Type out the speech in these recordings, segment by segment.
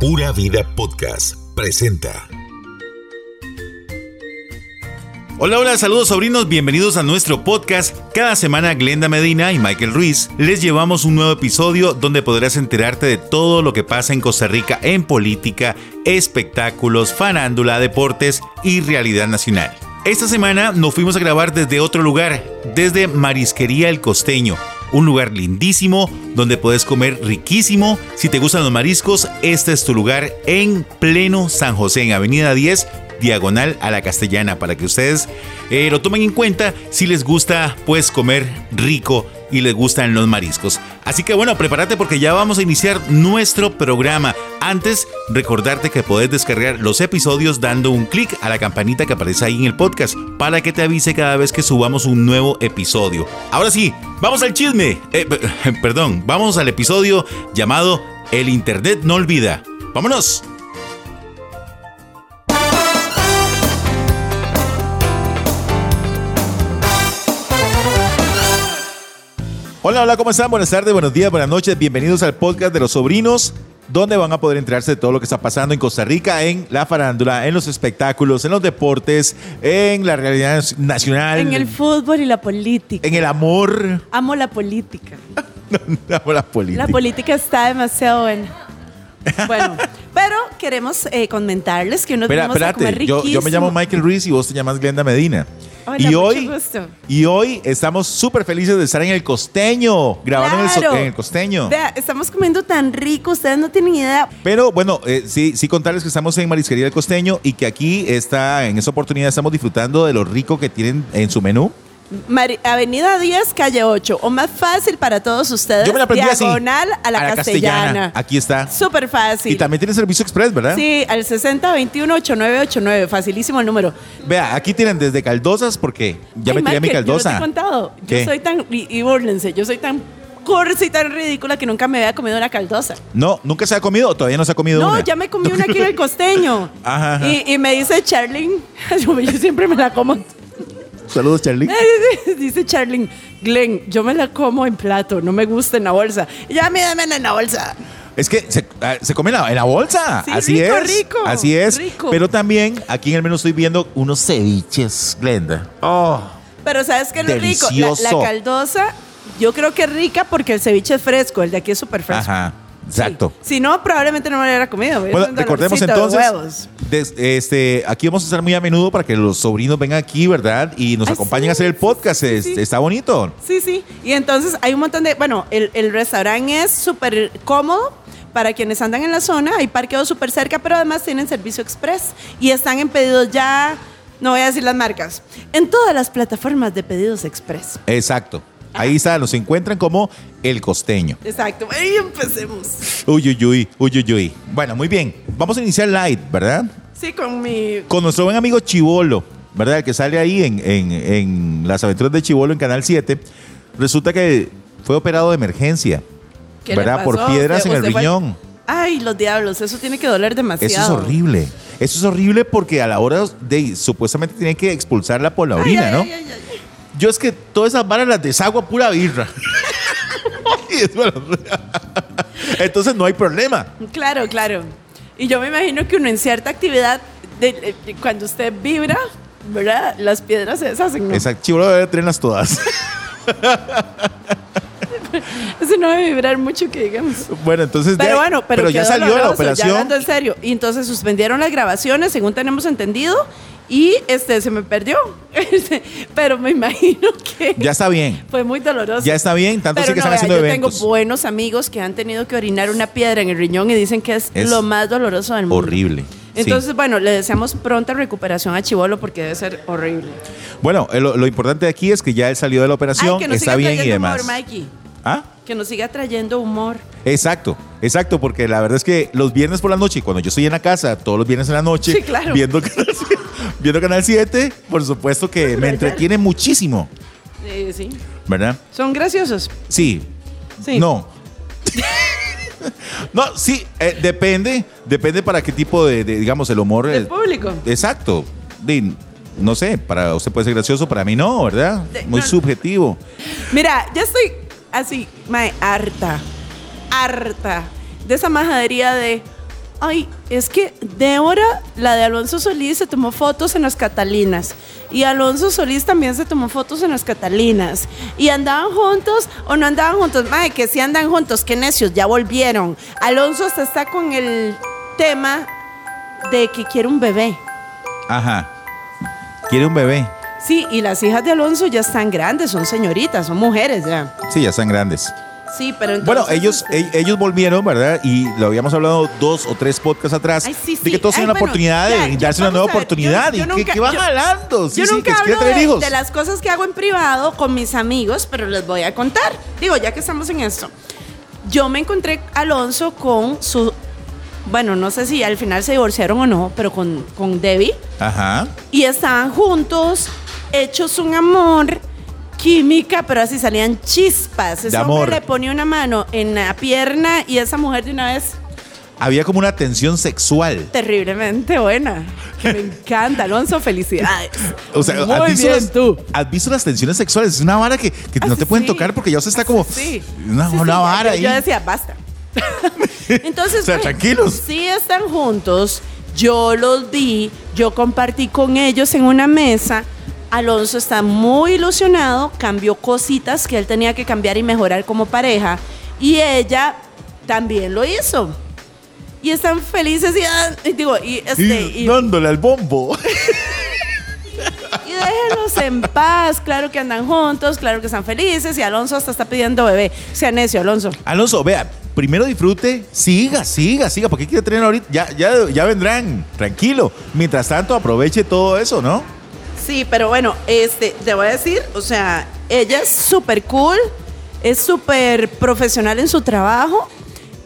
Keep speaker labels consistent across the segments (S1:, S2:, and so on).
S1: Pura Vida Podcast presenta.
S2: Hola, hola, saludos sobrinos, bienvenidos a nuestro podcast. Cada semana Glenda Medina y Michael Ruiz les llevamos un nuevo episodio donde podrás enterarte de todo lo que pasa en Costa Rica en política, espectáculos, farándula, deportes y realidad nacional. Esta semana nos fuimos a grabar desde otro lugar, desde Marisquería El Costeño, un lugar lindísimo donde puedes comer riquísimo. Si te gustan los mariscos, este es tu lugar en pleno San José, en Avenida 10, diagonal a la castellana, para que ustedes eh, lo tomen en cuenta si les gusta pues comer rico y les gustan los mariscos. Así que bueno, prepárate porque ya vamos a iniciar nuestro programa. Antes, recordarte que podés descargar los episodios dando un clic a la campanita que aparece ahí en el podcast para que te avise cada vez que subamos un nuevo episodio. Ahora sí, vamos al chisme. Eh, perdón, vamos al episodio llamado El Internet no olvida. ¡Vámonos! Hola, hola, ¿cómo están? Buenas tardes, buenos días, buenas noches. Bienvenidos al podcast de los sobrinos, donde van a poder enterarse de todo lo que está pasando en Costa Rica, en la farándula, en los espectáculos, en los deportes, en la realidad nacional,
S3: En el fútbol y la política.
S2: en el amor.
S3: Amo la política.
S2: No, la política.
S3: La política está demasiado buena. Bueno, pero queremos eh, comentarles que unos
S2: Espera,
S3: vamos a comer
S2: espérate, yo, yo me llamo
S3: riquísimo.
S2: Michael Ruiz y vos te llamas Glenda Medina.
S3: Hola,
S2: y,
S3: mucho
S2: hoy,
S3: gusto.
S2: y hoy estamos súper felices de estar en el costeño, grabando en el so-
S3: Claro.
S2: en el costeño.
S3: Vea, estamos comiendo tan rico, ustedes no tienen idea.
S2: Pero bueno, eh, sí, sí contarles que estamos en Marisquería del Costeño y que aquí está, en esta oportunidad estamos disfrutando de lo rico que tienen en su menú.
S3: Mari- Avenida 10, calle 8, o más fácil para todos ustedes.
S2: Yo me la aprendí así.
S3: diagonal a la castellana.
S2: Aquí está.
S3: Súper fácil.
S2: Y también tiene servicio express, ¿verdad?
S3: Sí, al 6021-8989. Facilísimo el número.
S2: Vea, aquí tienen desde caldosas porque ya me
S3: Ay,
S2: tiré mi
S3: Michael, Yo
S2: caldosa.
S3: no te he contado.
S2: ¿Qué?
S3: Yo soy tan. Y, y bórdense, yo soy tan cursi y tan ridícula que nunca me había comido una caldosa.
S2: No, nunca se ha comido, todavía no se ha comido
S3: No,
S2: una.
S3: ya me comí una aquí en el costeño.
S2: Ajá, ajá.
S3: Y, y me dice Charlyn, yo, yo siempre me la como.
S2: Saludos, Charlie.
S3: dice Charlyn, Glenn, yo me la como en plato, no me gusta en la bolsa. Y ya me dame en la bolsa.
S2: Es que se, ah, se come en la, en la bolsa.
S3: Sí,
S2: así
S3: rico,
S2: es.
S3: rico,
S2: Así es.
S3: rico.
S2: Pero también aquí en el menú estoy viendo unos ceviches, Glenda. Oh.
S3: Pero ¿sabes qué es lo rico? La- La,
S2: Delicioso.
S3: caldosa, yo creo que es rica porque el ceviche es fresco, el de aquí es súper fresco.
S2: Ajá. Exacto.
S3: Sí. Si no, probablemente no me lo hubiera comido. es
S2: Bueno,
S3: un
S2: recordemos
S3: dolorcito de
S2: entonces,
S3: huevos.
S2: des- este, aquí vamos a estar muy a menudo para que los sobrinos vengan aquí, ¿verdad? Y nos
S3: Ah,
S2: acompañen
S3: sí,
S2: a hacer el
S3: sí,
S2: podcast.
S3: sí,
S2: Es-
S3: sí.
S2: Está bonito.
S3: Sí, sí. Y entonces hay un montón de. Bueno, el, el restaurante es súper cómodo para quienes andan en la zona. Hay parqueo súper cerca, pero además tienen servicio express y están en pedidos ya. No voy a decir las marcas. En todas las plataformas de pedidos express.
S2: Exacto. Ahí está, nos encuentran como el costeño.
S3: Exacto. Ahí empecemos.
S2: Uy, uy, uy, uy, uy, uy. Bueno, muy bien. Vamos a iniciar light, ¿verdad?
S3: Sí, con mi.
S2: Con nuestro buen amigo Chivolo, ¿verdad? El que sale ahí en, en- en las aventuras de Chivolo en Canal 7. Resulta que fue operado de emergencia.
S3: ¿qué le
S2: ¿Verdad?
S3: pasó?
S2: Por piedras
S3: Usted-
S2: en el
S3: usted fue-
S2: riñón.
S3: Ay, los diablos. Eso tiene que doler demasiado.
S2: Eso es horrible. Eso es horrible porque a la hora de supuestamente tienen que expulsarla por la
S3: Ay,
S2: orina,
S3: ay,
S2: ¿no?
S3: ay, ay, ay.
S2: Yo es que todas esas varas las deshago a pura birra. Y es bueno. Entonces no hay problema.
S3: Claro, claro. Y yo me imagino que uno en cierta actividad, de- eh, de- cuando usted vibra, ¿verdad? Las piedras se deshacen. ¿no?
S2: Exacto. Chivolo debe tenerlas todas.
S3: Eso no debe vibrar mucho que digamos.
S2: bueno, entonces
S3: Pero
S2: ya,
S3: bueno, pero,
S2: ya
S3: qué
S2: salió la
S3: doloroso, Ya
S2: operación.
S3: hablando en serio. Y entonces suspendieron las grabaciones, según tenemos entendido, y este se me perdió. Este, pero me imagino que
S2: Ya está bien.
S3: fue muy doloroso.
S2: Ya está bien, tanto
S3: Pero
S2: sí que
S3: no,
S2: están
S3: vea,
S2: haciendo
S3: yo
S2: eventos.
S3: tengo buenos amigos que han tenido que orinar una piedra en el riñón y dicen que es,
S2: Es
S3: lo más doloroso del mundo.
S2: Horrible. sí.
S3: Entonces, bueno, le deseamos pronta recuperación a Chivolo porque debe ser horrible.
S2: Bueno, eh, lo, lo importante aquí es que ya él salió de la operación,
S3: Ay, que nos
S2: está
S3: siga
S2: bien y
S3: trayendo humor,
S2: demás.
S3: Mikey.
S2: ¿Ah?
S3: Que nos siga trayendo humor.
S2: Exacto, exacto, porque la verdad es que los viernes por la noche, cuando yo estoy en la casa, todos los viernes en la noche,
S3: Sí, claro.
S2: viendo, canal, viendo Canal 7, por supuesto que me entretiene muchísimo,
S3: Eh, sí.
S2: ¿verdad?
S3: Son graciosos.
S2: Sí.
S3: Sí.
S2: No. no, sí, eh, depende, depende para qué tipo de, de, digamos, el humor.
S3: Del
S2: eh,
S3: público.
S2: exacto. Din, no sé, para usted puede ser gracioso, para mí no, ¿verdad?
S3: De-
S2: Muy
S3: no, no.
S2: subjetivo.
S3: Mira, ya estoy así, mae, harta. Harta. De esa majadería de. ay, es que Débora, la de Alonso Solís, se tomó fotos en las Catalinas. Y Alonso Solís también se tomó fotos en las Catalinas. Y andaban juntos o no andaban juntos. Madre, que sí andan juntos, qué necios, ya volvieron. Alonso hasta está con el tema de que quiere un bebé.
S2: Ajá. Quiere un bebé.
S3: Sí, y las hijas de Alonso ya están grandes, son señoritas, son mujeres ya.
S2: Sí, ya están grandes.
S3: Sí, pero entonces. este,
S2: Bueno, ellos, e- ellos volvieron, ¿verdad? Y lo habíamos hablado dos o tres podcasts atrás.
S3: Ay, sí, sí.
S2: De que todos
S3: Ay,
S2: tienen la
S3: bueno,
S2: oportunidad
S3: ya,
S2: de
S3: ya,
S2: darse una
S3: vamos
S2: nueva
S3: a ver.
S2: oportunidad.
S3: Yo- yo
S2: y que- que,
S3: nunca-
S2: van
S3: yo-
S2: jalando. Sí,
S3: Yo
S2: sí, que se
S3: nunca
S2: quieren
S3: hablo
S2: tener
S3: de,
S2: hijos.
S3: de las cosas que hago en privado con mis amigos, pero les voy a contar. Digo, ya que estamos en esto. Yo me encontré a Alonso con su. Bueno, no sé si al final se divorciaron o no, pero con, con Debbie.
S2: Ajá.
S3: Y estaban juntos, hechos un amor, química, pero así salían chispas. Ese
S2: De
S3: hombre
S2: amor.
S3: le ponía una mano en la pierna y esa mujer de una vez
S2: Había como una tensión sexual.
S3: terriblemente buena. Me encanta, Alonso, felicidades.
S2: O sea,
S3: Muy
S2: has visto,
S3: bien,
S2: las,
S3: tú.
S2: has visto las tensiones sexuales. Es una vara que, que
S3: Ah,
S2: no
S3: sí,
S2: te pueden
S3: sí. Ah,
S2: tocar porque ya se está como.
S3: Sí.
S2: Una,
S3: Sí, sí,
S2: una
S3: yo-
S2: vara ahí.
S3: Yo, decía, basta. Entonces,
S2: O sea,
S3: pues,
S2: tranquilos.
S3: Sí, están juntos. Yo los vi, yo compartí con ellos en una mesa. Alonso está muy ilusionado, cambió cositas que él tenía que cambiar y mejorar como pareja. Y ella también lo hizo. Y están felices y, ah, y digo, y este,
S2: Y
S3: y-
S2: dándole al bombo.
S3: y déjenlos en paz. Claro que andan juntos, claro que están felices. Y Alonso hasta está pidiendo bebé. Sea necio, Alonso.
S2: Alonso, vea, primero disfrute, siga, siga, siga, porque quiere tener ahorita, ya, ya, ya vendrán, tranquilo. Mientras tanto, aproveche todo eso, ¿no?
S3: Sí, pero bueno, este, te voy a decir, o sea, ella es súper cool, es súper profesional en su trabajo.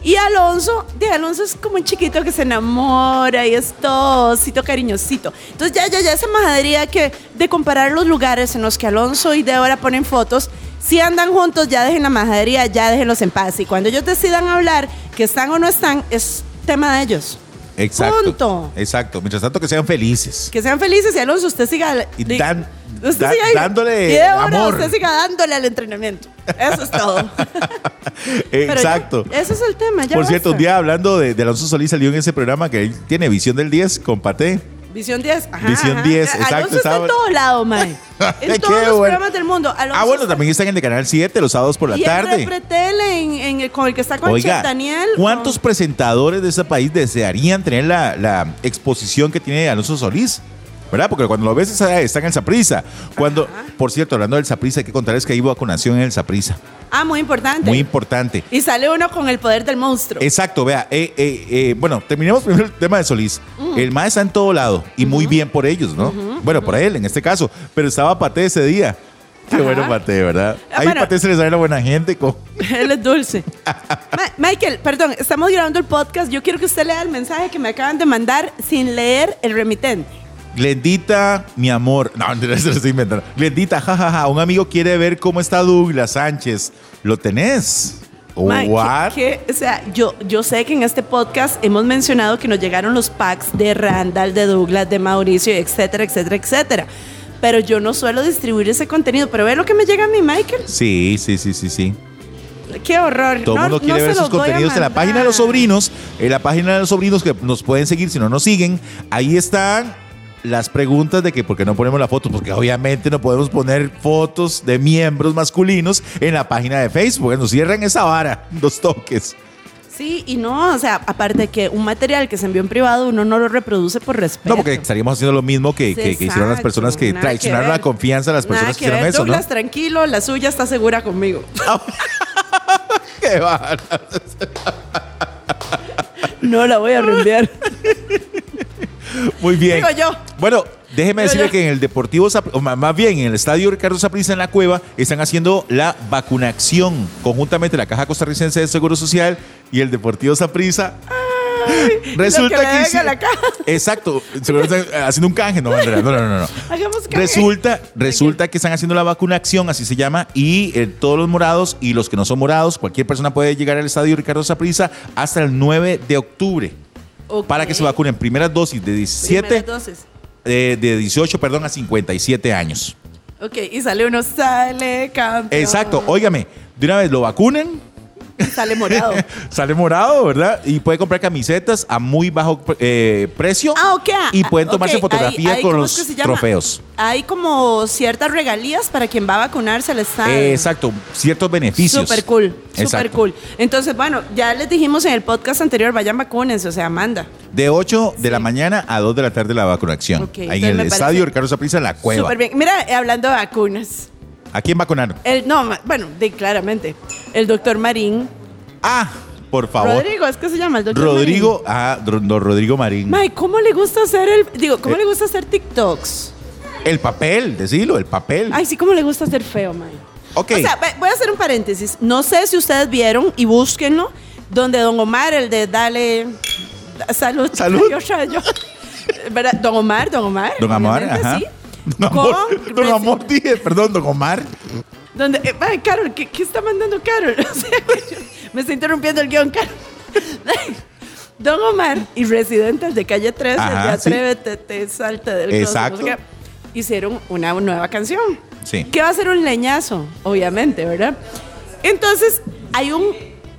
S3: Y Alonso, de Alonso es como un chiquito que se enamora y es todosito cariñosito. Entonces ya, ya, ya esa majadería que de comparar los lugares en los que Alonso y Débora ponen fotos, si andan juntos, ya dejen la majadería, ya déjenlos en paz. Y cuando ellos decidan hablar, que están o no están, es tema de ellos.
S2: Exacto.
S3: Punto.
S2: Exacto. Mientras tanto, que sean felices.
S3: Que sean felices y Alonso, usted siga.
S2: Y
S3: di-
S2: dan-
S3: usted
S2: da-
S3: siga ahí.
S2: dándole
S3: Y Débora,
S2: amor.
S3: Usted siga dándole al entrenamiento. Eso es todo. Pero ya,
S2: Exacto.
S3: ese es el tema. Ya
S2: Por cierto, un
S3: basta.
S2: día hablando de, de Alonso Solís salió en ese programa que él tiene Visión del 10, compate.
S3: Visión 10. Ajá,
S2: Visión
S3: ajá.
S2: 10,
S3: Ya,
S2: exacto,
S3: Alonso está
S2: estaba-
S3: en todo lado, mae.
S2: Qué
S3: En todos los
S2: bueno.
S3: programas del mundo. Alonso
S2: Ah, bueno,
S3: está-
S2: también están en el Canal 7 los sábados por la
S3: y en
S2: tarde.
S3: Repretele, en- en el- con el que está con
S2: Oiga,
S3: Chef Daniel.
S2: ¿cuántos
S3: con-
S2: presentadores de ese país desearían tener la, la exposición que tiene Alonso Solís? ¿Verdad? Porque cuando lo ves está, está en el Saprisa. Cuando, por cierto, hablando del Saprisa, hay que contarles que hay vacunación en el Saprisa.
S3: Ah, muy importante.
S2: Muy importante.
S3: y sale uno con el poder del monstruo.
S2: Exacto, vea. eh, eh, eh, bueno, terminemos primero el tema de Solís.
S3: Mm.
S2: El MAE está en todo lado y muy bien por ellos, ¿no? Bueno, por él en este caso. Pero estaba Pate ese día. Qué
S3: Ajá.
S2: bueno Pate, ¿verdad?
S3: Ah,
S2: Ahí
S3: bueno.
S2: Pate se le sale la buena gente. con-
S3: Él es dulce. Ma- Michael, perdón, estamos grabando el podcast. Yo quiero que usted lea el mensaje que me acaban de mandar sin leer el remitente.
S2: Glendita, mi amor. No, no se lo estoy inventando. Glendita, jajaja. un amigo quiere ver cómo está Douglas Sánchez. ¿Lo tenés?
S3: Ma,
S2: What?
S3: que- que- o sea, yo, yo sé que en este podcast hemos mencionado que nos llegaron los packs de Randall, de Douglas, de Mauricio, etcétera, etcétera, etcétera. Pero yo no suelo distribuir ese contenido. Pero ve lo que me llega a mí, Michael.
S2: Sí, sí, sí, sí, sí.
S3: Qué horror.
S2: Todo el
S3: No-
S2: mundo quiere
S3: no se
S2: ver sus
S3: los voy a
S2: contenidos en la
S3: mandar.
S2: página de los sobrinos. En la página de los sobrinos que nos pueden seguir si no nos siguen. Ahí están las preguntas de que por qué no ponemos la foto. Porque obviamente no podemos poner fotos de miembros masculinos en la página de Facebook. Nos cierran esa vara, dos toques.
S3: Sí, y no, o sea, aparte de que un material que se envió en privado, uno no lo reproduce por respeto.
S2: No, porque estaríamos haciendo lo mismo que, que- que hicieron las
S3: Exacto,
S2: personas que
S3: nada
S2: traicionaron
S3: ver.
S2: la confianza de las
S3: Nada
S2: personas que, hicieron
S3: ver,
S2: eso,
S3: Douglas, tranquilo, la suya está segura conmigo.
S2: ¿no? Qué bárbaro.
S3: No la voy a reenviar.
S2: Muy bien.
S3: Digo yo.
S2: Bueno, déjeme
S3: Digo
S2: decirle
S3: yo.
S2: que en el Deportivo, Sap- o ma- más bien en el Estadio Ricardo Saprissa en la Cueva, están haciendo la vacunación conjuntamente la Caja Costarricense de Seguro Social y el Deportivo Saprissa. Resulta
S3: lo que
S2: que.
S3: le venga
S2: hici-
S3: a la caja.
S2: Exacto. seguro están haciendo un canje. No, Andrea, no, no, no. no.
S3: Hagamos que
S2: Resulta, resulta que están haciendo la vacunación, así se llama, y eh, todos los morados y los que no son morados, cualquier persona puede llegar al estadio Ricardo Saprissa hasta el 9 de octubre
S3: Ok.
S2: para que se vacunen. Primera dosis de 17,
S3: Primera dosis.
S2: eh, de 18, perdón, a 57 años.
S3: Ok, y sale uno, sale campeón.
S2: Exacto, óigame, de una vez lo vacunen.
S3: sale morado.
S4: Sale morado, ¿verdad? Y puede comprar camisetas a muy bajo eh, precio.
S3: Ah, ok.
S4: Y pueden
S3: ah,
S4: tomarse
S3: ok.
S4: fotografías
S3: Hay- hay-
S4: con
S3: ¿cómo es que
S4: los
S3: se llama?
S4: trofeos.
S3: Hay como ciertas regalías para quien va a vacunarse al estado.
S4: Exacto, ciertos beneficios.
S3: Super cool, super
S4: Exacto.
S3: cool. Entonces, bueno, ya les dijimos en el podcast anterior, vayan vacúnense, o sea, manda.
S2: De 8 de la mañana a 2 de la tarde la vacunación.
S3: Ok,
S2: Ahí en
S3: entonces
S2: el
S3: me parece
S2: estadio Ricardo Saprissa, la cueva.
S3: Súper bien. Mira, eh, hablando de vacunas.
S2: ¿A quién vacunaron?
S3: El, no, ma- bueno, de, claramente. El doctor Marín.
S2: Ah, por favor. Rodrigo,
S3: Rodrigo, ¿es que se llama el doctor
S2: ah, Ro- no, Rodrigo Marín.
S3: Marín? Mae, ¿cómo le gusta hacer el. Digo,
S2: Eh.
S3: ¿cómo le gusta hacer TikToks?
S2: El papel, decilo, el papel.
S3: Ay, sí, ¿cómo le gusta hacer feo, Mae?
S2: ok.
S3: O sea, ve- voy a hacer un paréntesis. No sé si ustedes vieron y búsquenlo, donde Don Omar, el de Dale. da- Salud.
S2: Salud.
S3: Yo, yo- yo- ¿Verdad? Don Omar, Don Omar.
S2: don Amor,
S3: obviamente,
S2: ajá.
S3: sí.
S2: Don Amor,
S3: Con-
S2: don Amor, dije, perdón, don Omar.
S3: Donde, eh, ay, Carol, ¿qué, qué está mandando Carol? O sea, yo- me está interrumpiendo el guión, Carol. Don Omar y residentes de calle 3,
S2: Ajá,
S3: el de
S2: sí.
S3: Atrévete, te salta del closet,
S2: Exacto.
S3: no sé qué, hicieron una nueva canción.
S2: Sí.
S3: Que va a ser un leñazo, obviamente, ¿verdad? Entonces, hay un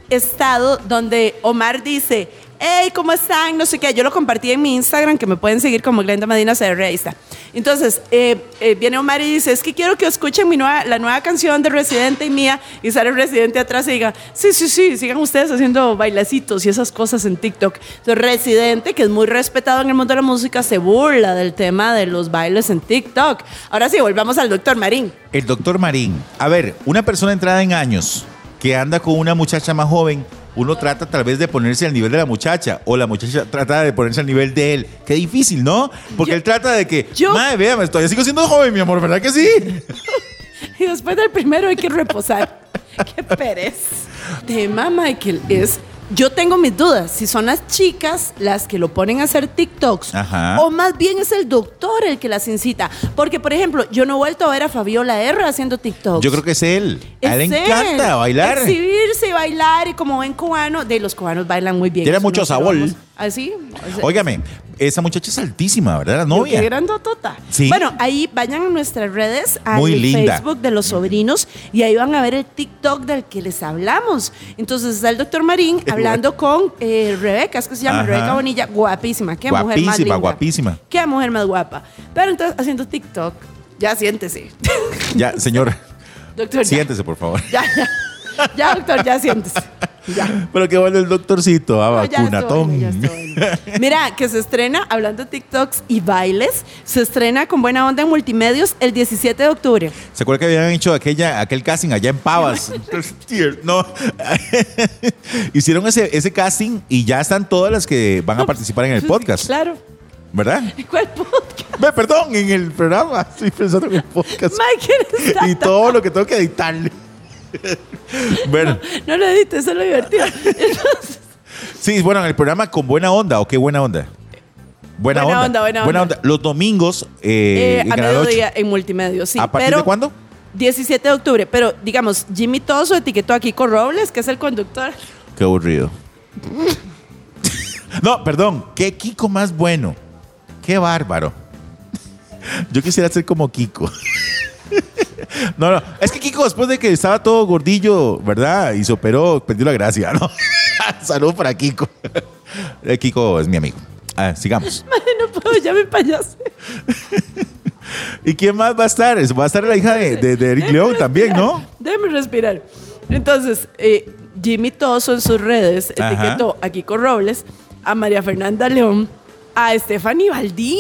S3: estado donde Omar dice, hey, ¿cómo están? No sé qué. Yo lo compartí en mi Instagram, que me pueden seguir como Glenda Medina CR, ahí está. Entonces, eh, eh, viene Omar y dice, es que quiero que escuchen mi nueva, la nueva canción de Residente y mía. Y sale el Residente atrás y diga, sí, sí, sí, sigan ustedes haciendo bailecitos y esas cosas en TikTok. Entonces, Residente, que es muy respetado en el mundo de la música, se burla del tema de los bailes en TikTok. Ahora sí, volvamos al doctor Marín.
S2: El doctor Marín. A ver, una persona entrada en años que anda con una muchacha más joven, uno trata tal vez de ponerse al nivel de la muchacha o la muchacha trata de ponerse al nivel de él. Qué difícil, ¿no? Porque
S3: Yo-
S2: él trata de que,
S3: yo-
S2: madre, véame, estoy sigo siendo joven, mi amor, ¿verdad que sí?
S3: Y después del primero hay que reposar. ¡Qué perez! Tema, Michael, es... Yo tengo mis dudas, si son las chicas las que lo ponen a hacer TikToks
S2: Ajá.
S3: o más bien es el doctor el que las incita. Porque, por ejemplo, yo no he vuelto a ver a Fabiola R haciendo TikToks.
S2: Yo creo que es él. a él
S3: Es
S2: le encanta
S3: él.
S2: bailar.
S3: Exhibirse y bailar, y como ven cubano, de los cubanos bailan muy bien.
S2: Tiene
S3: eso
S2: mucho
S3: no se lo
S2: sabor.
S3: vamos- Así. o sea,
S2: Óigame, esa muchacha es altísima, ¿verdad? La
S3: Qué
S2: novia.
S3: grandotota.
S2: Oh, Sí.
S3: Bueno, ahí vayan a nuestras redes, a
S2: Muy
S3: el
S2: linda.
S3: Facebook de los sobrinos y ahí van a ver el TikTok del que les hablamos. Entonces está el doctor Marín hablando con eh, Rebeca, es que se llama
S2: Ajá.
S3: Rebeca Bonilla, guapísima, qué mujer más
S2: Guapísima,
S3: linda.
S2: guapísima.
S3: Qué mujer más guapa. Pero entonces haciendo TikTok, ya siéntese.
S2: Ya, señor,
S3: doctor, ya.
S2: siéntese, por favor.
S3: Ya, ya, ya, doctor, ya siéntese. Ya.
S2: Pero que bueno el doctorcito, a
S3: No, ya estuvo
S2: vacunatón.
S3: bueno, ya estuvo bueno. Mira, que se estrena, hablando de TikToks y bailes, se estrena con buena onda en multimedios el 17 de octubre.
S2: ¿Se acuerda que habían hecho aquella, aquel casting allá en Pavas? no. Hicieron ese, ese casting y ya están todas las que van a participar en el podcast,
S3: Claro.
S2: ¿verdad?
S3: ¿Cuál podcast?
S2: Ve, perdón, en el programa. Estoy pensando en el podcast.
S3: Michael está
S2: y todo lo que tengo que editarle. bueno,
S3: No lo edité, eso es lo divertido.
S2: Eh, sí, bueno, en el programa con buena onda o qué buena onda. Buena,
S3: Buena
S2: onda,
S3: onda, buena onda.
S2: Los domingos eh,
S3: Eh,
S2: en
S3: a
S2: Canal ocho.
S3: mediodía en multimedia, sí.
S2: ¿A partir
S3: pero
S2: de cuándo?
S3: 17 de octubre, pero digamos, Jimmy Toso etiquetó a Kiko Robles, que es el conductor.
S2: Qué aburrido. no, perdón. Qué Kiko más bueno. Qué bárbaro. Yo quisiera ser como Kiko. No, no. Es que Kiko, después de que estaba todo gordillo, ¿verdad? Y se operó, perdió la gracia, ¿no? Salud para Kiko. Eh, Kiko es mi amigo. Ah, sigamos.
S3: Madre, no puedo, ya me payasé.
S2: ¿Y quién más va a estar? Va a estar la hija de, de- de Eric León también, ¿no?
S3: Déjeme respirar. Entonces, eh, Jimmy Toso en sus redes
S2: Ajá.
S3: etiquetó a Kiko Robles, a María Fernanda León, a Stephanie Valdí.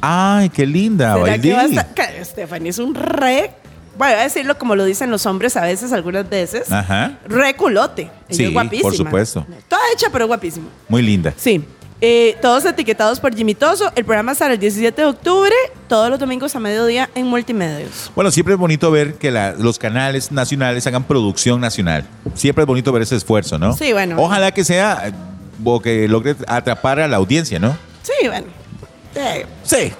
S2: Ay, qué linda,
S3: ¿Será que
S2: Valdí.
S3: va a estar- que Stephanie es un re. Bueno, voy a decirlo como lo dicen los hombres a veces, algunas veces.
S2: Ajá.
S3: Re culote. Ella
S2: Sí,
S3: es guapísima.
S2: por supuesto.
S3: Toda hecha, pero guapísima.
S2: Muy linda.
S3: Sí. Eh, todos etiquetados por Jimmy Toso. El programa sale el 17 de octubre, todos los domingos a mediodía en Multimedios.
S2: Bueno, siempre es bonito ver que la- los canales nacionales hagan producción nacional. Siempre es bonito ver ese esfuerzo, ¿no?
S3: Sí, bueno.
S2: Ojalá que sea eh, o que logre atrapar a la audiencia, ¿no?
S3: Sí, bueno. Eh,
S2: Sí.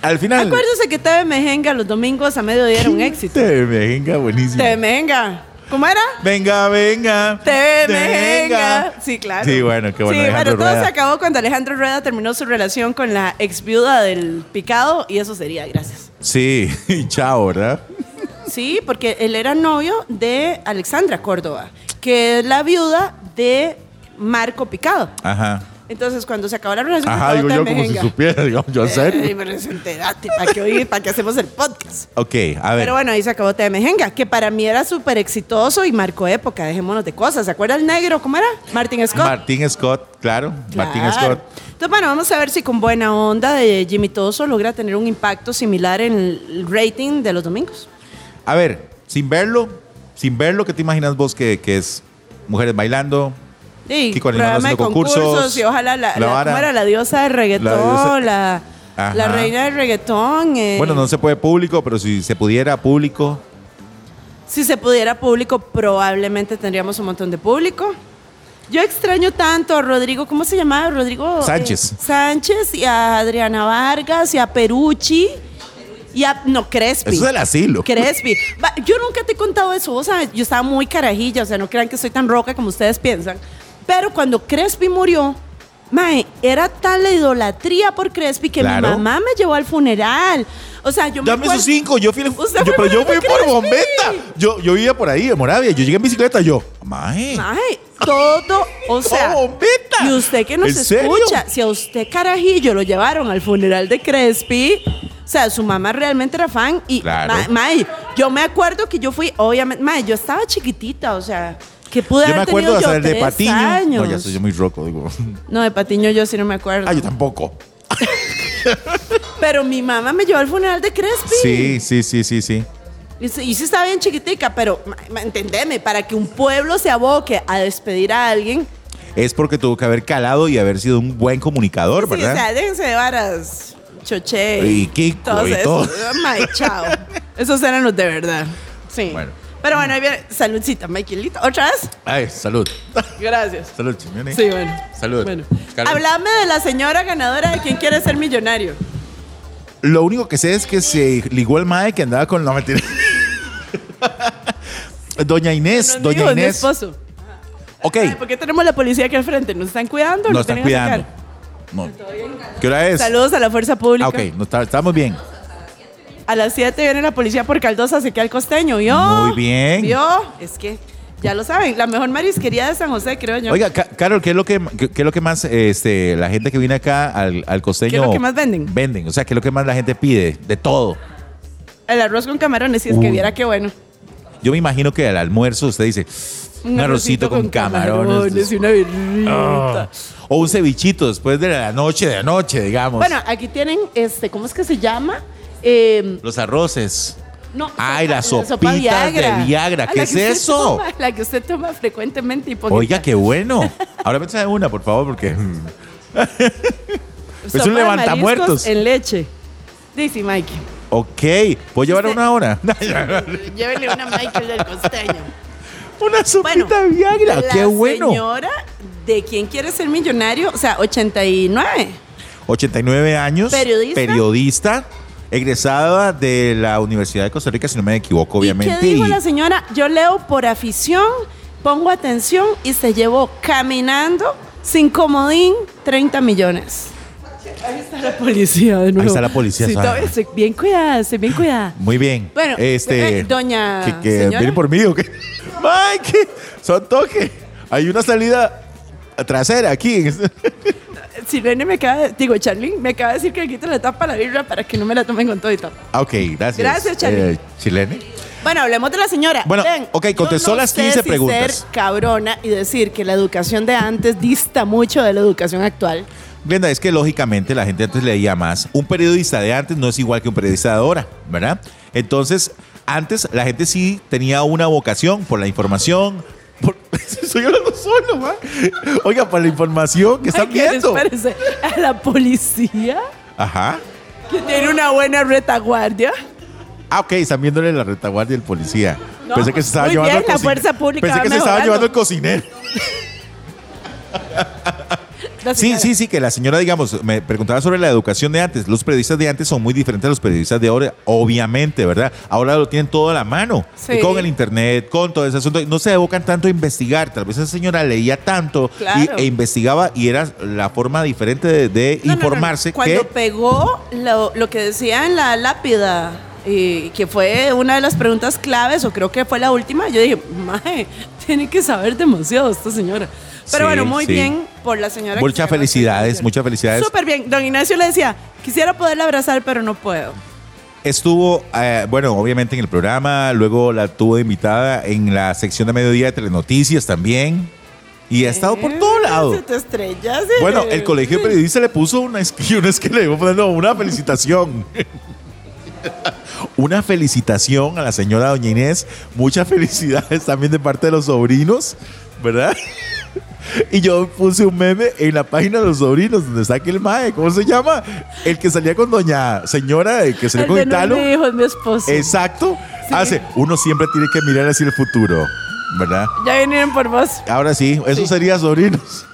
S2: Al final.
S3: Acuérdese que TV Mejenga los domingos a mediodía era un éxito.
S2: Te venga, buenísimo.
S3: TV Mejenga. ¿Cómo era?
S2: Venga, venga.
S3: TV Mejenga. Sí, claro.
S2: Sí, bueno, qué bueno.
S3: Sí,
S2: Alejandro
S3: pero todo
S2: Rueda.
S3: se acabó cuando Alejandro Rueda terminó su relación con la ex viuda del picado y eso sería, gracias.
S2: Sí, y chao, ¿verdad?
S3: Sí, porque él era novio de Alexandra Córdoba. que es la viuda de Marco Picado.
S2: Ajá.
S3: Entonces, cuando se acabó la relación,
S2: Ajá,
S3: Picado
S2: digo yo
S3: también
S2: como si
S3: venga.
S2: supiera, digamos, yo
S3: Eh,
S2: sé.
S3: pero es enterate, ¿para qué oír? ¿Para qué hacemos el podcast?
S2: Ok, a ver.
S3: Pero bueno, ahí se acabó Te Mejenga, que para mí era súper exitoso y marcó época, dejémonos de cosas. ¿Se acuerda el negro? ¿Cómo era? Martin Scott.
S2: Martín Scott, claro. Martín
S3: Claro.
S2: Scott.
S3: Entonces, bueno, vamos a ver si con buena onda de Jimmy Toso logra tener un impacto similar en el rating de los domingos.
S2: A ver, sin verlo, sin verlo, ¿qué te imaginas vos que, que es mujeres bailando?
S3: Sí,
S2: Kiko Alemán
S3: programa de
S2: haciendo
S3: concursos,
S2: concursos,
S3: y ojalá la,
S2: la
S3: la- ¿cómo
S2: vara.
S3: era? la diosa del reggaetón, la,
S2: Ajá.
S3: la reina del reggaetón. eh,
S2: Bueno, no se puede público, pero si se pudiera público.
S3: Si se pudiera público, probablemente tendríamos un montón de público. Yo extraño tanto a Rodrigo, ¿cómo se llamaba? Rodrigo eh,
S2: Sánchez.
S3: Sánchez y a Adriana Vargas y a Perucci y a no Crespi.
S2: Eso es el asilo.
S3: Crespi. Va, Yo nunca te he contado eso, vos sabes, yo estaba muy carajilla, o sea, no crean que soy tan roca como ustedes piensan. Pero cuando Crespi murió, mae, era tal la idolatría por Crespi que
S2: Claro.
S3: mi mamá me llevó al funeral. O sea, yo
S2: Dame
S3: me
S2: esos
S3: acuerdo-
S2: cinco. Yo fui, yo,
S3: Usted fue
S2: pero yo fui
S3: Fernando
S2: por
S3: Crespi.
S2: bombeta. Yo, yo iba por ahí, de Moravia. Yo llegué en bicicleta. Yo, mae.
S3: Mae, todo, o sea,
S2: ¡Oh, bombeta!
S3: y usted que nos
S2: ¿En serio?
S3: escucha, si a usted carajillo lo llevaron al funeral de Crespi, o sea, su mamá realmente era fan y
S2: Claro.
S3: ma- mae, yo me acuerdo que yo fui, obviamente, mae, yo estaba chiquitita, o sea, que pude
S2: Yo me
S3: haber
S2: acuerdo
S3: tenido
S2: hasta
S3: yo
S2: el de
S3: tres
S2: Patiño.
S3: años.
S2: No, ya soy yo muy roco, digo.
S3: No, de Patiño yo sí no me acuerdo.
S2: Ah, yo tampoco.
S3: Pero mi mamá me llevó al funeral de Crespi.
S2: Sí, sí, sí, sí, sí.
S3: Y sí y sí estaba bien chiquitica, pero ma- ma- entendeme, para que un pueblo se aboque a despedir a alguien,
S2: Es porque tuvo que haber calado y haber sido un buen comunicador,
S3: Sí,
S2: ¿verdad?
S3: o sea, déjense de varas. Choche.
S2: Y Kiko
S3: todos
S2: y
S3: esos.
S2: todo.
S3: Mae, chao. Esos eran los de verdad. Sí.
S2: Bueno.
S3: Pero bueno, ahí viene. Saludcita, Michaelito. ¿Otra vez?
S2: Ay, salud.
S3: Gracias.
S2: Salud, Chimione.
S3: Sí, bueno.
S2: Salud.
S3: Bueno.
S2: Carmen.
S3: Hablame de la señora ganadora de quién quiere ser millonario.
S2: Lo único que sé es que se ligó el mae que andaba con la mentira. Doña Inés,
S3: No, no,
S2: Doña
S3: digo, mi
S2: Inés.
S3: esposo.
S2: Ok,
S3: Ay, pues, ¿Por qué tenemos la policía aquí al frente? ¿Nos están cuidando?
S2: nos
S3: ¿Nos
S2: están
S3: vienen a
S2: cuidando.
S3: sacar?
S2: No. ¿Qué hora es?
S3: Saludos a la fuerza pública.
S2: Ah, ok, no, está- estamos bien.
S3: A las 7 viene la policía por Caldosa, se queda el costeño, ¿vio?
S2: Muy bien.
S3: ¿Vio? Es que ya lo saben, la mejor marisquería de San José, creo yo.
S2: Oiga, Ca- Carol, ¿qué es lo que, qué, qué es lo que más este, la gente que viene acá al, al costeño?
S3: ¿Qué es lo que más venden?
S2: Venden, o sea, ¿qué es lo que más la gente pide? De todo.
S3: El arroz con camarones, si es que
S2: Uy.
S3: viera qué bueno.
S2: Yo me imagino que al almuerzo usted dice un, arrocito, con, camarones.
S3: y una birrita.
S2: O un cevichito después de la noche, de anoche, digamos.
S3: Bueno, aquí tienen, este, ¿cómo es que se llama? Eh,
S2: Los arroces.
S3: no,
S2: Ay, las
S3: sopa
S2: sopitas de Viagra,
S3: Ah,
S2: ¿qué
S3: la
S2: es
S3: que usted
S2: eso?
S3: toma, la que usted toma frecuentemente y poquita.
S2: Oiga, qué bueno. Ahora me trae una, por favor, porque. mm,
S3: Sopa
S2: es un
S3: de
S2: levantamuertos.
S3: mariscos En leche. Dice Mike.
S2: Ok, ¿puedo llevar
S3: Usted-
S2: una hora?
S3: Llévele una Michael del costeño.
S2: una sopita de Viagra.
S3: la
S2: Qué bueno.
S3: señora de quién quiere ser millonario, o sea, 89.
S2: 89 años.
S3: Periodista.
S2: periodista, Egresada de la Universidad de Costa Rica, si no me equivoco,
S3: ¿Y
S2: obviamente.
S3: qué dijo
S2: y-
S3: la señora? Yo leo por afición, pongo atención y se llevó caminando sin comodín 30 millones. Ahí está la policía de nuevo.
S2: está la policía,
S3: Sí,
S2: ¿sabe?
S3: todavía estoy bien cuidada, estoy bien cuidada.
S2: Muy bien.
S3: Bueno,
S2: este,
S3: eh, doña
S2: Que, que
S3: señora.
S2: vienen por mí o qué. Mike, son toque. Hay una salida trasera aquí.
S3: Si Rene me acaba, de- digo, Charlene, me acaba de decir que le quite la tapa a la birra para que no me la tomen con todo y todo.
S2: Ah, ok, gracias. Eh,
S3: Gracias, Charlie.
S2: Chilene.
S3: Bueno, hablemos de la señora.
S2: Bueno,
S3: Ven,
S2: ok,
S3: yo
S2: contestó
S3: no
S2: las
S3: sé
S2: 15
S3: si
S2: preguntas.
S3: ser cabrona y decir que la educación de antes dista mucho de la educación actual.
S2: Glenda, es que lógicamente la gente antes leía más. Un periodista de antes no es igual que un periodista de ahora, ¿verdad? Entonces, antes la gente sí tenía una vocación por la información. por- Estoy hablando solo, man. Oiga, por la información que están
S3: Ay, que les
S2: viendo.
S3: parece a la policía
S2: Ajá.
S3: que tiene una buena retaguardia.
S2: Ah, ok, están viéndole la retaguardia del policía.
S3: No,
S2: Pensé que se estaba
S3: muy
S2: llevando
S3: bien,
S2: al
S3: la
S2: cocin-
S3: fuerza pública
S2: Pensé
S3: va
S2: que se estaba
S3: mejorando.
S2: llevando el cocinero.
S3: La
S2: Sí,
S3: señora.
S2: sí, sí, que la señora, digamos, me preguntaba sobre la educación de antes. Los periodistas de antes son muy diferentes a los periodistas de ahora, obviamente, ¿verdad? Ahora lo tienen todo a la mano.
S3: Sí.
S2: Y Con el internet, con todo ese asunto. No se abocan tanto a investigar. Tal vez esa señora leía tanto
S3: Claro.
S2: y- e investigaba y era la forma diferente de, de
S3: No, no, no,
S2: informarse
S3: no. Cuando
S2: que...
S3: pegó lo, lo que decía en la lápida, y que fue una de las preguntas claves, o creo que fue la última, yo dije, mae, Tiene que saber demasiado esta señora.
S2: Sí,
S3: Pero bueno, muy
S2: sí.
S3: bien por la señora. que se
S2: Muchas
S3: llama
S2: felicidades,
S3: Ignacio.
S2: muchas felicidades.
S3: Súper bien. Don Ignacio le decía, quisiera poderla abrazar, pero no puedo.
S2: Estuvo, eh, bueno, obviamente en el programa, luego la tuvo de invitada en la sección de mediodía de Telenoticias también. Y ha estado por todo lado.
S3: Se te Eh, estrellas.
S2: Bueno,
S3: eh.
S2: el colegio de periodistas le puso una, es que- una, es que le iba poniendo una felicitación. Una felicitación a la señora Doña Inés. Muchas felicidades también de parte de los sobrinos, ¿verdad? Y yo puse un meme en la página de los sobrinos, donde está aquel mae, ¿cómo se llama? El que salía con Doña Señora, el que
S3: El
S2: salía con
S3: de no es
S2: Italo.
S3: mi hijo, es mi esposo.
S2: Exacto.
S3: Sí.
S2: Hace, uno siempre tiene que mirar hacia el futuro, ¿verdad?
S3: Ya vinieron por vos.
S2: Ahora sí, eso sería sobrinos.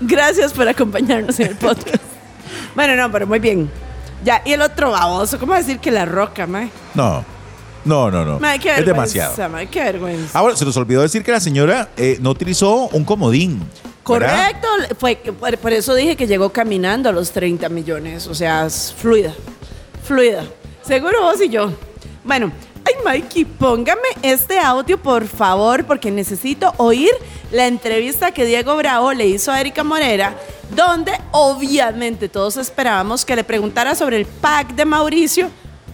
S3: Gracias por acompañarnos en el podcast. bueno, no, pero muy bien. Ya, y el otro baboso, ¿cómo decir que la roca, mae?
S2: No, no, no, no.
S3: Mae, qué
S2: es
S3: vergüenza,
S2: demasiado.
S3: mae, qué vergüenza.
S2: Ahora, se nos olvidó decir que la señora eh, no utilizó un comodín. ¿verdad?
S3: Correcto, fue, por, por eso dije que llegó caminando a los 30 millones, o sea, es fluida, fluida. Seguro vos y yo. Bueno, ay Mikey, póngame este audio por favor, porque necesito oír la entrevista que Diego Bravo le hizo a Erika Morera, donde obviamente todos esperábamos que le preguntara sobre el pack de Mauricio,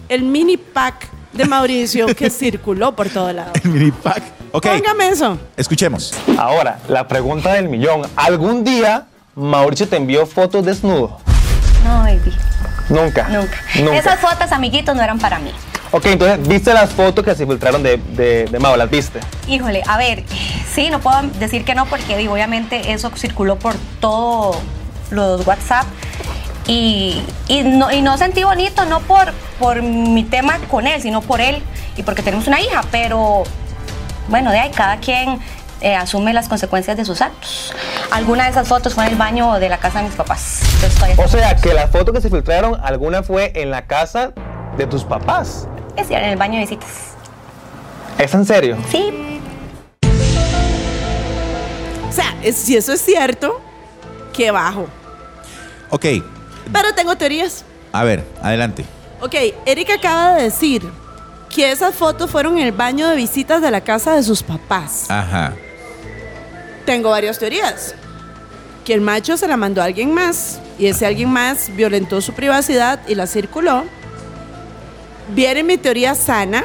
S3: el mini pack de Mauricio que circuló por todo lado.
S2: El mini pack. Ok,
S3: Póngame eso.
S2: escuchemos.
S5: Ahora, la pregunta del millón. ¿Algún día Mauricio te envió fotos desnudo?
S6: No, baby,
S5: Nunca.
S6: nunca.
S5: Nunca.
S6: Esas fotos, amiguitos, no eran para mí.
S5: Ok, entonces, ¿viste las fotos que se filtraron de, de, de Mau? ¿Las viste?
S6: Híjole, a ver, sí, no puedo decir que no porque digo, obviamente eso circuló por todo los WhatsApp y, y no, y no sentí bonito, no por, por mi tema con él, sino por él y porque tenemos una hija, pero bueno, de ahí cada quien eh, asume las consecuencias de sus actos. Alguna de esas fotos fue en el baño de la casa de mis papás. Entonces, todavía
S5: O
S6: están
S5: sea,
S6: juntos.
S5: que las fotos que se filtraron, alguna fue en la casa de tus papás.
S6: Es cierto, en el baño de visitas.
S5: ¿Es en serio?
S6: Sí,
S3: O sea, es- si eso es cierto, qué bajo.
S2: Ok,
S3: Pero tengo teorías.
S2: a ver, adelante.
S3: Ok, Erika acaba de decir que esas fotos fueron en el baño de visitas de la casa de sus papás.
S2: Ajá.
S3: Tengo varias teorías. Que el macho se la mandó a alguien más y ese alguien más violentó su privacidad y la circuló. Viene mi teoría sana,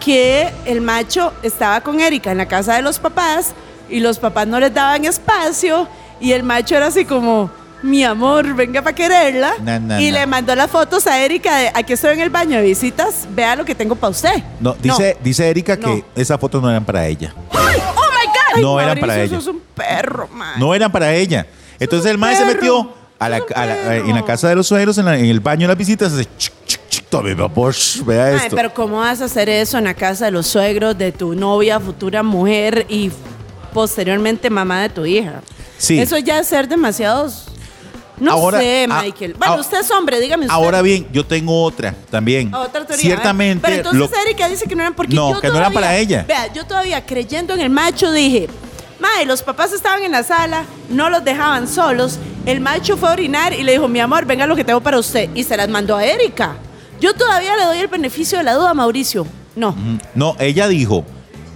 S3: que el macho estaba con Erika en la casa de los papás y los papás no les daban espacio y el macho era así como, mi amor, venga para quererla.
S2: Na, na,
S3: y
S2: na.
S3: le mandó las fotos a Erika de, aquí estoy en el baño de visitas, vea lo que tengo para usted.
S2: No, dice, dice Erika que esas fotos no eran para ella.
S3: ¡Ay! ¡Oh, my God! Ay,
S2: No eran para
S3: Mauricio,
S2: ella.
S3: sos un perro, man.
S2: No eran para ella. Entonces
S3: un
S2: el maestro se
S3: perro.
S2: metió a la-
S3: Eso es un
S2: a la-
S3: perro.
S2: en la casa de los suegros, en, la- en el baño de las visitas, hace chic, chic, chic, tome, papá, shh, vea
S3: Ay,
S2: esto.
S3: pero ¿cómo vas a hacer eso en la casa de los suegros de tu novia, futura mujer y posteriormente mamá de tu hija?
S2: Sí.
S3: Eso ya es ser demasiados... No
S2: Ahora-
S3: sé,
S2: ah,
S3: Michael. bueno,
S2: ah,
S3: usted es hombre, dígame usted.
S2: Ahora bien, yo tengo otra también.
S3: Otra teoría. ¿eh?
S2: Ciertamente.
S3: Pero entonces
S2: lo-
S3: Erika dice que no eran porque
S2: No,
S3: yo
S2: que no era
S3: todavía-
S2: para ella.
S3: Vea, yo todavía creyendo en el macho dije, mae, los papás estaban en la sala, no los dejaban solos. El macho fue a orinar y le dijo, mi amor, venga lo que tengo para usted. Y se las mandó a Erika. Yo todavía le doy el beneficio de la duda a Mauricio. No.
S2: No, ella dijo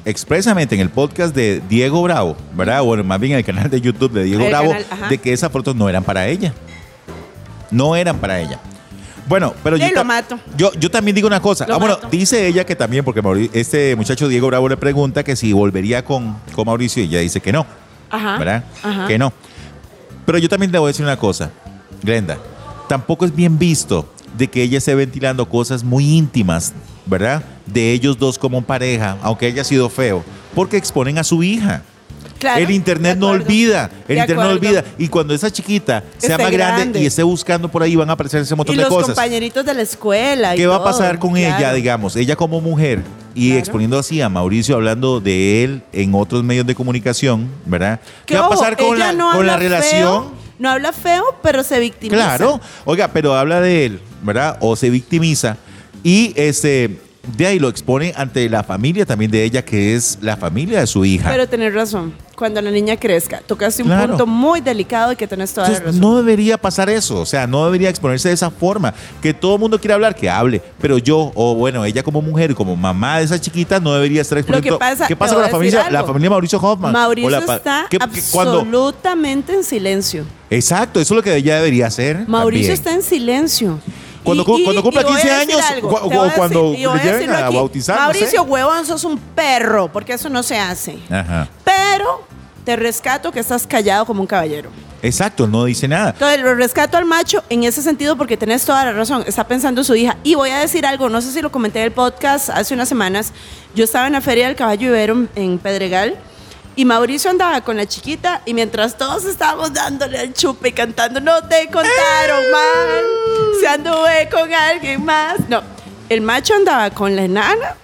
S2: expresamente en el podcast de Diego Bravo, ¿verdad? Bueno, más bien en el canal de YouTube de Diego
S3: El
S2: Bravo,
S3: canal, ajá.
S2: de que esas fotos no eran para ella. No eran para ella. Bueno, pero yo,
S3: Te lo
S2: ta-
S3: mato.
S2: yo yo también digo una cosa.
S3: Lo
S2: Ah, bueno,
S3: mato.
S2: dice ella que también, porque Mauri- este muchacho Diego Bravo le pregunta que si volvería con, con Mauricio y ella dice que no,
S3: Ajá.
S2: ¿verdad?
S3: Ajá.
S2: Que no. Pero yo también te voy a decir una cosa, Glenda. Tampoco es bien visto de que ella esté ventilando cosas muy íntimas, ¿verdad? De ellos dos como pareja, aunque haya sido feo, porque exponen a su hija.
S3: Claro,
S2: el internet
S3: de
S2: no
S3: acuerdo.
S2: olvida, el
S3: De
S2: internet no
S3: acuerdo.
S2: olvida. Y cuando esa chiquita sea
S3: Esté
S2: más grande,
S3: grande.
S2: y esté buscando por ahí, van a aparecer ese montón
S3: Y
S2: de
S3: los
S2: cosas.
S3: compañeritos de la escuela. y
S2: ¿Qué va a
S3: todo,
S2: pasar con ella,
S3: claro.
S2: digamos? Ella como mujer y
S3: Claro.
S2: exponiendo así a Mauricio, hablando de él en otros medios de comunicación, ¿verdad? ¿Qué,
S3: Que,
S2: va a
S3: ojo,
S2: pasar con la,
S3: ella no
S2: con la
S3: habla
S2: relación?
S3: feo, no habla feo, pero se victimiza.
S2: Claro. Oiga, pero habla de él, ¿verdad? O se victimiza y este de ahí lo expone ante la familia también de ella, que es la familia de su hija.
S3: Pero tenés razón. cuando la niña crezca. Tocaste un
S2: Claro.
S3: punto muy delicado y que tenés toda la
S2: Entonces,
S3: razón.
S2: no debería pasar eso, o sea, no debería exponerse de esa forma. Que todo el mundo quiera hablar, que hable, pero yo, o bueno, ella como mujer y como mamá de esa chiquita, no debería estar
S3: Lo
S2: exponiendo.
S3: que pasa,
S2: ¿Qué
S3: te
S2: pasa
S3: voy
S2: con la
S3: a decir
S2: familia? La
S3: algo.
S2: familia Mauricio Hoffman. O
S3: Mauricio
S2: la pa-
S3: está
S2: que- que cuando-
S3: absolutamente en silencio.
S2: Exacto, eso es lo que ella debería hacer. también.
S3: Mauricio está en silencio.
S2: Cuando cu- cuando cumpla
S3: y voy a
S2: 15
S3: decir
S2: años,
S3: algo,
S2: cu-
S3: te
S2: o
S3: voy a
S2: cuando
S3: decir- y voy
S2: lo lleven
S3: decirlo
S2: a bautizar, no sé.
S3: Mauricio, huevón, sos un perro, porque eso no se hace.
S2: Ajá.
S3: Pero te rescato que estás callado como un caballero.
S2: Exacto, no dice nada.
S3: Entonces, lo rescato al macho en ese sentido porque tenés toda la razón. Está pensando su hija. Y voy a decir algo, no sé si lo comenté en el podcast hace unas semanas. Yo estaba en la Feria del Caballo Ibero en- en Pedregal. Y Mauricio andaba con la chiquita y mientras todos estábamos dándole al chupe y cantando, no te contaron mal, se anduve con alguien más. No, el macho andaba con la enana,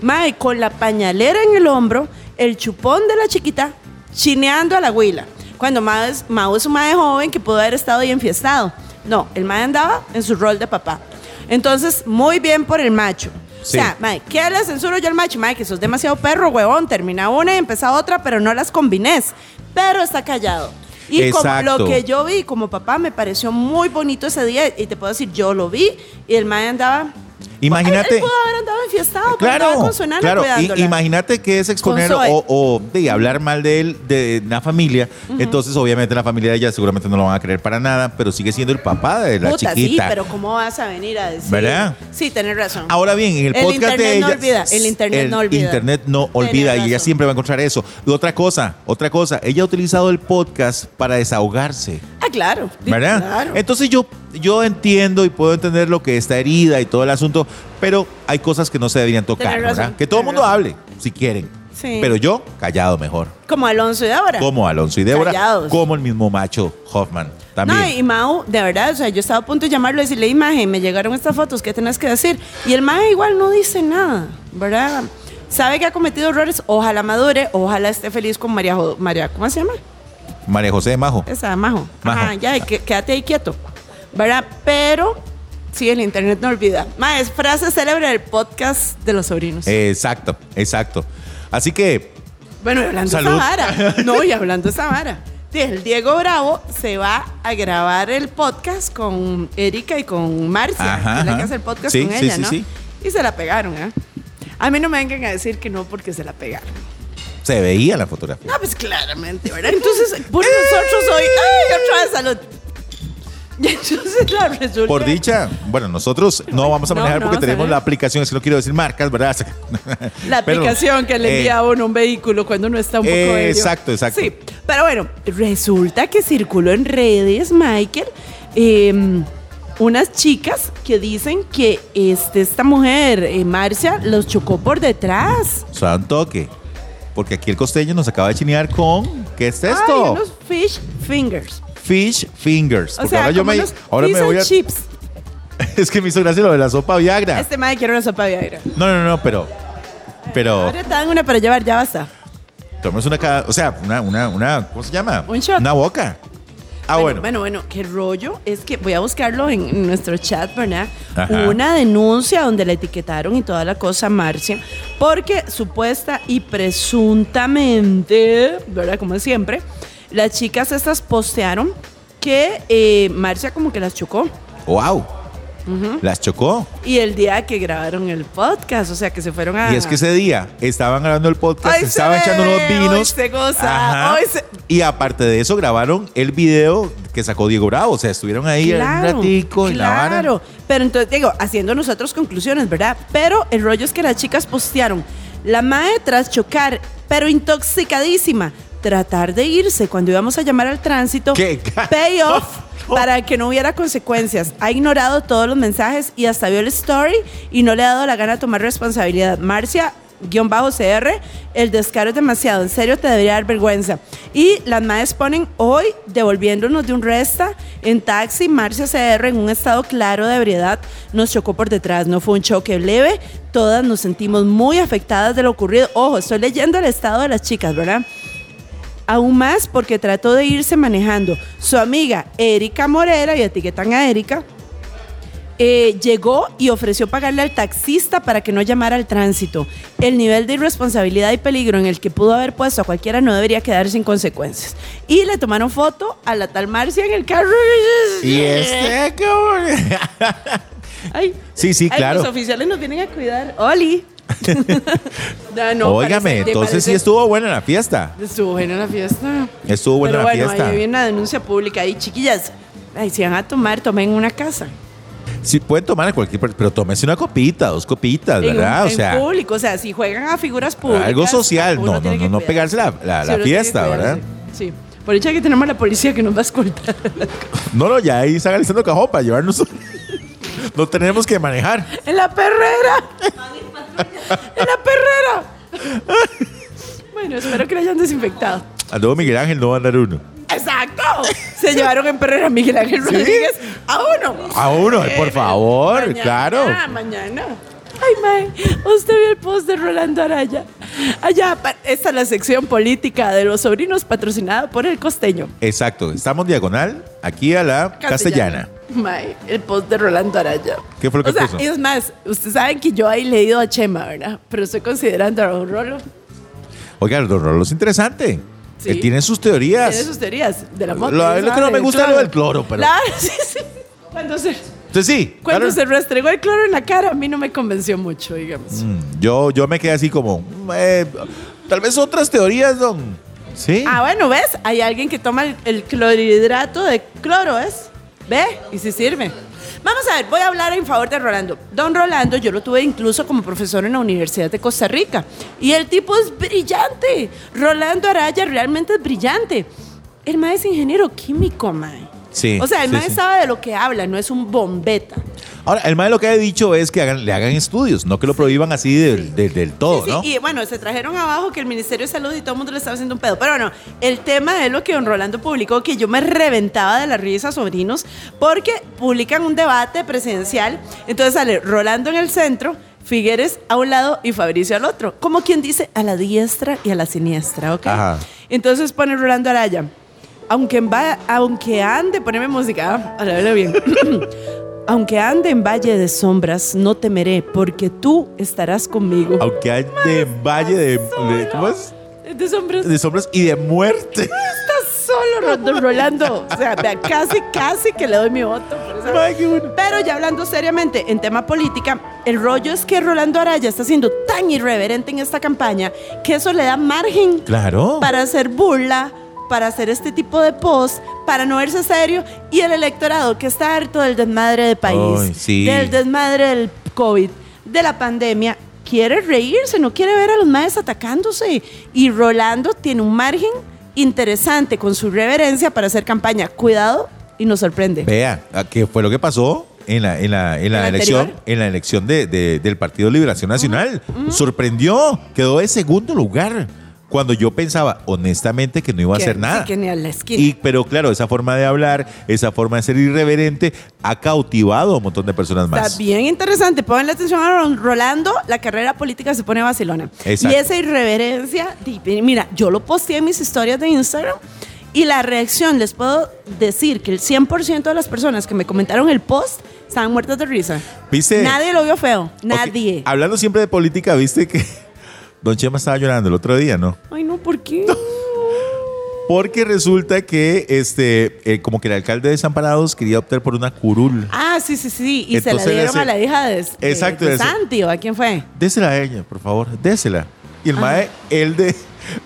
S3: mae, con la pañalera en el hombro, el chupón de la chiquita, chineando a la huila. Cuando Mao es, Mao es un mae joven que pudo haber estado ahí enfiestado. No, el mae andaba en su rol de papá. Entonces, muy bien por el macho.
S2: Sí.
S3: O sea, mae, ¿qué le censuro yo al macho? Mae, que sos demasiado perro, huevón. Termina una y empieza otra, pero no las combines. Pero está callado. Y como
S2: Exacto.
S3: lo que yo vi como papá me pareció muy bonito ese día, y te puedo decir, yo lo vi, y el mae andaba... Él,
S2: Imagínate.
S3: él pudo haber andado enfiestado, pero
S2: Claro,
S3: andaba con su enana
S2: claro. I-
S3: cuidándola.
S2: imagínate que es exponer
S3: Con Zoe.
S2: o, o de hablar mal de él, de la familia. Entonces, obviamente, la familia de ella seguramente no lo van a creer para nada, pero sigue siendo el papá de la
S3: Puta, sí,
S2: chiquita.
S3: pero ¿cómo vas a venir a decir?
S2: ¿Verdad?
S3: Sí, tenés razón.
S2: Ahora bien, en el,
S3: El
S2: podcast de
S3: internet no
S2: ella.
S3: olvida, el internet no olvida.
S2: internet no
S3: Tenés
S2: olvida y ella
S3: razón.
S2: siempre va a encontrar eso. Y otra cosa, otra cosa, ella ha utilizado el podcast para desahogarse.
S3: ah, claro.
S2: ¿verdad?
S3: Claro.
S2: Entonces yo, yo entiendo y puedo entender lo que está herida y todo el asunto, pero hay cosas que no se deberían tocar,
S3: Tenés razón,
S2: ¿verdad? Que todo el
S3: tenés
S2: mundo
S3: razón.
S2: hable, si quieren.
S3: Sí.
S2: Pero yo, callado mejor.
S3: Como Alonso de ahora.
S2: Como Alonso y Débora,
S3: Callados.
S2: como el mismo macho Hoffman también.
S3: No, y Mau, de verdad, o sea, yo estaba a punto de llamarlo y decirle, imagen, me llegaron estas fotos, ¿qué tenés que decir? Y el Mae igual no dice nada, ¿verdad? Sabe que ha cometido errores, ojalá madure, ojalá esté feliz con María, Jo- María ¿cómo se llama?
S2: María José de Majo.
S3: Esa, Majo.
S2: Majo.
S3: Ajá, ya, y que- quédate ahí quieto, ¿verdad? Pero, sí, el internet no olvida. Mae, es frase célebre del podcast de los sobrinos.
S2: Eh, Exacto, exacto. Así que,
S3: Bueno, y hablando
S2: Salud.
S3: de esa vara. No, y hablando de esa vara. Sí, El Diego Bravo se va a grabar el podcast con Erika y con Marcia.
S2: Ajá,
S3: que es la
S2: ajá.
S3: que hace el podcast
S2: Sí,
S3: con
S2: sí,
S3: ella,
S2: sí,
S3: ¿no?
S2: sí.
S3: Y se la pegaron, ¿eh? A mí no me vengan a decir que no porque se la pegaron.
S2: se veía la fotografía.
S3: No, pues claramente, ¿verdad? Entonces, por nosotros hoy, ¡ay, otra vez salud! Y entonces la resulta...
S2: Por dicha, bueno, nosotros no vamos a
S3: No,
S2: manejar
S3: no
S2: porque
S3: vamos a
S2: tenemos
S3: ver.
S2: la aplicación, es que no quiero decir marcas, ¿verdad?
S3: La
S2: Pero,
S3: aplicación que
S2: eh,
S3: le envía a uno un vehículo cuando uno está un poco
S2: Eh,
S3: ebrio.
S2: exacto, exacto.
S3: Sí, pero bueno, resulta que circuló en redes, Michael, eh, unas chicas que dicen que este, esta mujer, eh, Marcia, los chocó por detrás.
S2: O sea, un toque. Porque aquí el costeño nos acaba de chinear con. ¿Qué es
S3: Ay,
S2: esto?
S3: unos fish fingers.
S2: Fish fingers.
S3: O
S2: Porque
S3: sea,
S2: ahora yo
S3: como
S2: me,
S3: unos
S2: ahora me
S3: fish
S2: voy
S3: and
S2: a. Ah.
S3: chips.
S2: Es que me hizo gracia lo de la sopa Viagra.
S3: Este madre quiere una sopa de aire.
S2: No, no, no, pero. Pero.
S3: Ahora te dan una para llevar, ya basta.
S2: Tomemos una cada. O sea, una, una, una. ¿Cómo se llama?
S3: Un shot.
S2: Una boca. Ah, bueno.
S3: Bueno, bueno, qué rollo. Es que voy a buscarlo en en nuestro chat, ¿verdad?
S2: Ajá.
S3: Hubo Una denuncia donde la etiquetaron y toda la cosa a Marcia, porque supuesta y presuntamente, ¿verdad? Como siempre, las chicas estas postearon que eh, Marcia como que las chocó.
S2: ¡Wow! Las chocó.
S3: Y el día que grabaron el podcast, o sea, que se fueron a...
S2: Y es que ese día estaban grabando el podcast,
S3: Hoy Ah. se
S2: estaban echando unos
S3: ve,
S2: vinos.
S3: hoy se goza, hoy se-
S2: Y aparte de eso, grabaron el video que sacó Diego Bravo. O sea, estuvieron ahí un ratico y la vara.
S3: claro. Pero entonces, digo, haciendo nosotros conclusiones, ¿verdad? Pero el rollo es que las chicas postearon. La mae tras chocar, pero intoxicadísima. Tratar de irse cuando íbamos a llamar al tránsito.
S2: ¿Qué?
S3: Payoff.
S2: No, no.
S3: Para que no hubiera consecuencias. Ha ignorado todos los mensajes y hasta vio el story y no le ha dado la gana de tomar responsabilidad. Marcia, guión bajo CR, el descaro es demasiado. En serio, te debería dar vergüenza. Y las madres ponen hoy, devolviéndonos de un resta, en taxi, Marcia CR, en un estado claro de ebriedad, nos chocó por detrás. No fue un choque leve. Todas nos sentimos muy afectadas de lo ocurrido. Ojo, estoy leyendo el estado de las chicas, ¿verdad? Aún más porque trató de irse manejando. Su amiga Erika Morera, y etiquetan a Erika, eh, llegó y ofreció pagarle al taxista para que no llamara al tránsito. El nivel de irresponsabilidad y peligro en el que pudo haber puesto a cualquiera no debería quedar sin consecuencias. Y le tomaron foto a la tal Marcia en el carro.
S2: Y este, cabrón.
S3: Ay.
S2: Sí, sí,
S3: Ay,
S2: claro.
S3: Los oficiales nos vienen a cuidar. ¡Oli! Ya, no,
S2: Óigame,
S3: parece-
S2: entonces sí
S3: parece-
S2: estuvo buena la fiesta.
S3: Estuvo buena la fiesta.
S2: Estuvo buena
S3: Pero
S2: la
S3: bueno,
S2: fiesta.
S3: ahí viene una denuncia pública. Ahí, chiquillas, ahí si van a tomar, tomen en una casa.
S2: Sí, pueden tomar a cualquier pero tómese una copita, dos copitas,
S3: En un-
S2: ¿verdad? o
S3: en
S2: sea,
S3: público, o sea, si juegan a figuras públicas.
S2: algo social.
S3: uno
S2: No, no,
S3: tiene
S2: no,
S3: que
S2: no
S3: cuidarse.
S2: pegarse la, la-
S3: Sí,
S2: la
S3: uno tiene que
S2: fiesta,
S3: cuidarse.
S2: ¿verdad?
S3: Sí. Por hecho que tenemos a la policía que nos va a escoltar.
S2: No, no, ya ahí están alistando cajón para llevarnos. no tenemos que manejar.
S3: ¡En la perrera! ¡En la perrera! bueno, espero que la hayan desinfectado.
S2: Anduvo Miguel Ángel, no va a andar uno.
S3: ¡Exacto! Se llevaron en perrera a Miguel Ángel Rodríguez a uno.
S2: A uno, por favor,
S3: Eh, Mañana, ah,
S2: claro.
S3: Mañana. Ay, Mae, usted vio el post de Rolando Araya. Allá pa- esta es la sección política de los sobrinos patrocinada por el costeño.
S2: Exacto, estamos diagonal aquí a la castellana.
S3: Mae, el post de Rolando Araya.
S2: ¿Qué fue lo que
S3: o sea,
S2: puso?
S3: Es más, ustedes saben que yo ahí leído a Chema, ¿verdad? Pero estoy considerando a Don Rolo.
S2: Oiga, el don Rolo es interesante.
S3: Sí.
S2: Él tiene sus teorías.
S3: Tiene sus teorías de la moto.
S2: Lo-
S3: ¿sabes?
S2: lo que no me gusta es lo del cloro, pero-
S3: Claro, sí, sí. Cuando se,
S2: Entonces sí.
S3: cuando
S2: claro.
S3: se restregó el cloro en la cara, a mí no me convenció mucho, digamos.
S2: Mm, Yo, yo me quedé así como, mm, eh, tal vez otras teorías, don. Sí.
S3: Ah, bueno, ¿ves? Hay alguien que toma el, el clorhidrato de cloro, ¿es? ¿Ve? Y si sirve. Vamos a ver, voy a hablar en favor de Rolando. Don Rolando, yo lo tuve incluso como profesor en la Universidad de Costa Rica. Y el tipo es brillante. Rolando Araya realmente es brillante. El mae es ingeniero químico, mae.
S2: Sí,
S3: O sea, el
S2: sí,
S3: mae
S2: sí.
S3: sabe de lo que habla, no es un bombeta.
S2: Ahora, el mal lo que ha dicho es que hagan- le hagan estudios, no que lo prohíban así del, del- del todo,
S3: Sí, sí,
S2: ¿no?
S3: Y bueno, se trajeron abajo que el Ministerio de Salud y todo el mundo le estaba haciendo un pedo. Pero bueno, el tema es lo que don Rolando publicó, que yo me reventaba de la risa, sobrinos, porque publican un debate presidencial. Entonces sale Rolando en el centro, Figueres a un lado y Fabricio al otro. Como quien dice, a la diestra y a la siniestra, ¿ok?
S2: Ajá.
S3: Entonces pone Rolando Araya. Aunque, en va- aunque ande, poneme música, ah, a la verga bien. Aunque ande en valle de sombras, no temeré, porque tú estarás conmigo.
S2: Aunque hay de valle de, de- ¿cómo es?
S3: De sombras
S2: de sombras y de muerte.
S3: estás solo, Ro- don Rolando. O sea, vea, casi, casi que le doy mi voto. por esa-
S2: Ay, qué bueno.
S3: Pero ya hablando seriamente en tema política, el rollo es que Rolando Araya está siendo tan irreverente en esta campaña que eso le da margen
S2: Claro.
S3: para hacer burla, para hacer este tipo de post, para no verse serio y el electorado que está harto del desmadre del país,
S2: Ay, sí.
S3: del desmadre del COVID, de la pandemia, quiere reírse, no quiere ver a los madres atacándose y Rolando tiene un margen interesante con su reverencia para hacer campaña. Cuidado y nos sorprende.
S2: Vea, ¿a ¿qué fue lo que pasó en la, en la, en la
S3: ¿En la
S2: elección,
S3: anterior?
S2: en la elección de, de- del Partido de Liberación Nacional? Sorprendió, quedó de segundo lugar. Cuando yo pensaba, honestamente, que no iba a
S3: Que-
S2: hacer nada.
S3: sí, que ni a la esquina.
S2: Y, pero claro, esa forma de hablar, esa forma de ser irreverente, ha cautivado a un montón de personas más.
S3: Está bien interesante. Ponle atención a Ron- Rolando. La carrera política se pone vacilona.
S2: Exacto.
S3: Y esa irreverencia, di- mira, yo lo posteé en mis historias de Instagram y la reacción, les puedo decir que el 100% de las personas que me comentaron el post estaban muertas de risa.
S2: ¿Viste?
S3: Nadie lo vio feo.
S2: Ok, Ah.
S3: Nadie.
S2: Hablando siempre de política, viste que Don Chema estaba llorando el otro día, ¿no?
S3: Ay, no, ¿por qué?
S2: Porque resulta que este, eh, como que el alcalde de Desamparados quería optar por una curul.
S3: Ah, sí, sí, sí. Y
S2: Entonces
S3: se
S2: le
S3: la dieron
S2: hace-
S3: a la hija de, de-
S2: Exacto,
S3: de
S2: le hace-
S3: Santi. ¿o a quién fue?
S2: Désela a ella, por favor, désela. Y
S3: Ah.
S2: el mae, el de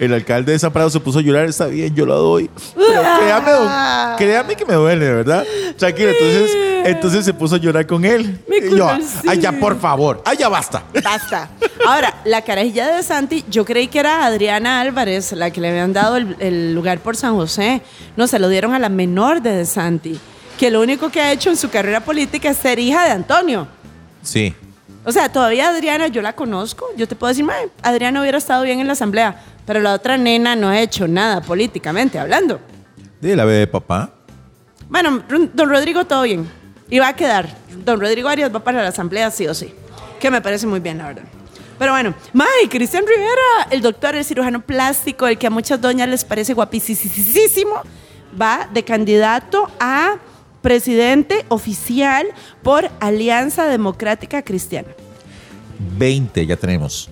S2: el alcalde de Desamparados se puso a llorar, está bien, yo la doy. Pero créame, don- créame que me duele, ¿verdad? Tranquilo, entonces, entonces se puso a llorar con él.
S3: Mi
S2: Y yo, "Ah, ay, ya,
S3: culoncillo.
S2: por favor, ay, ya basta.
S3: Basta. Ahora, la carajilla de Santi, yo creí que era Adriana Álvarez la que le habían dado el, el lugar por San José. No, se lo dieron a la menor de, de Santi, que lo único que ha hecho en su carrera política es ser hija de Antonio.
S2: Sí.
S3: O sea, todavía Adriana, yo la conozco. Yo te puedo decir, "Mae, Adriana hubiera estado bien en la asamblea, pero la otra nena no ha hecho nada políticamente hablando.
S2: De la bebé de papá.
S3: Bueno, Ron- don Rodrigo, todo bien. Y va a quedar. Don Rodrigo Arias va para la asamblea, sí o sí. Que me parece muy bien, la verdad. Pero bueno, May, Cristian Rivera, el doctor, el cirujano plástico, el que a muchas doñas les parece guapísimo, va de candidato a presidente oficial por Alianza Democrática Cristiana.
S2: 20 ya tenemos.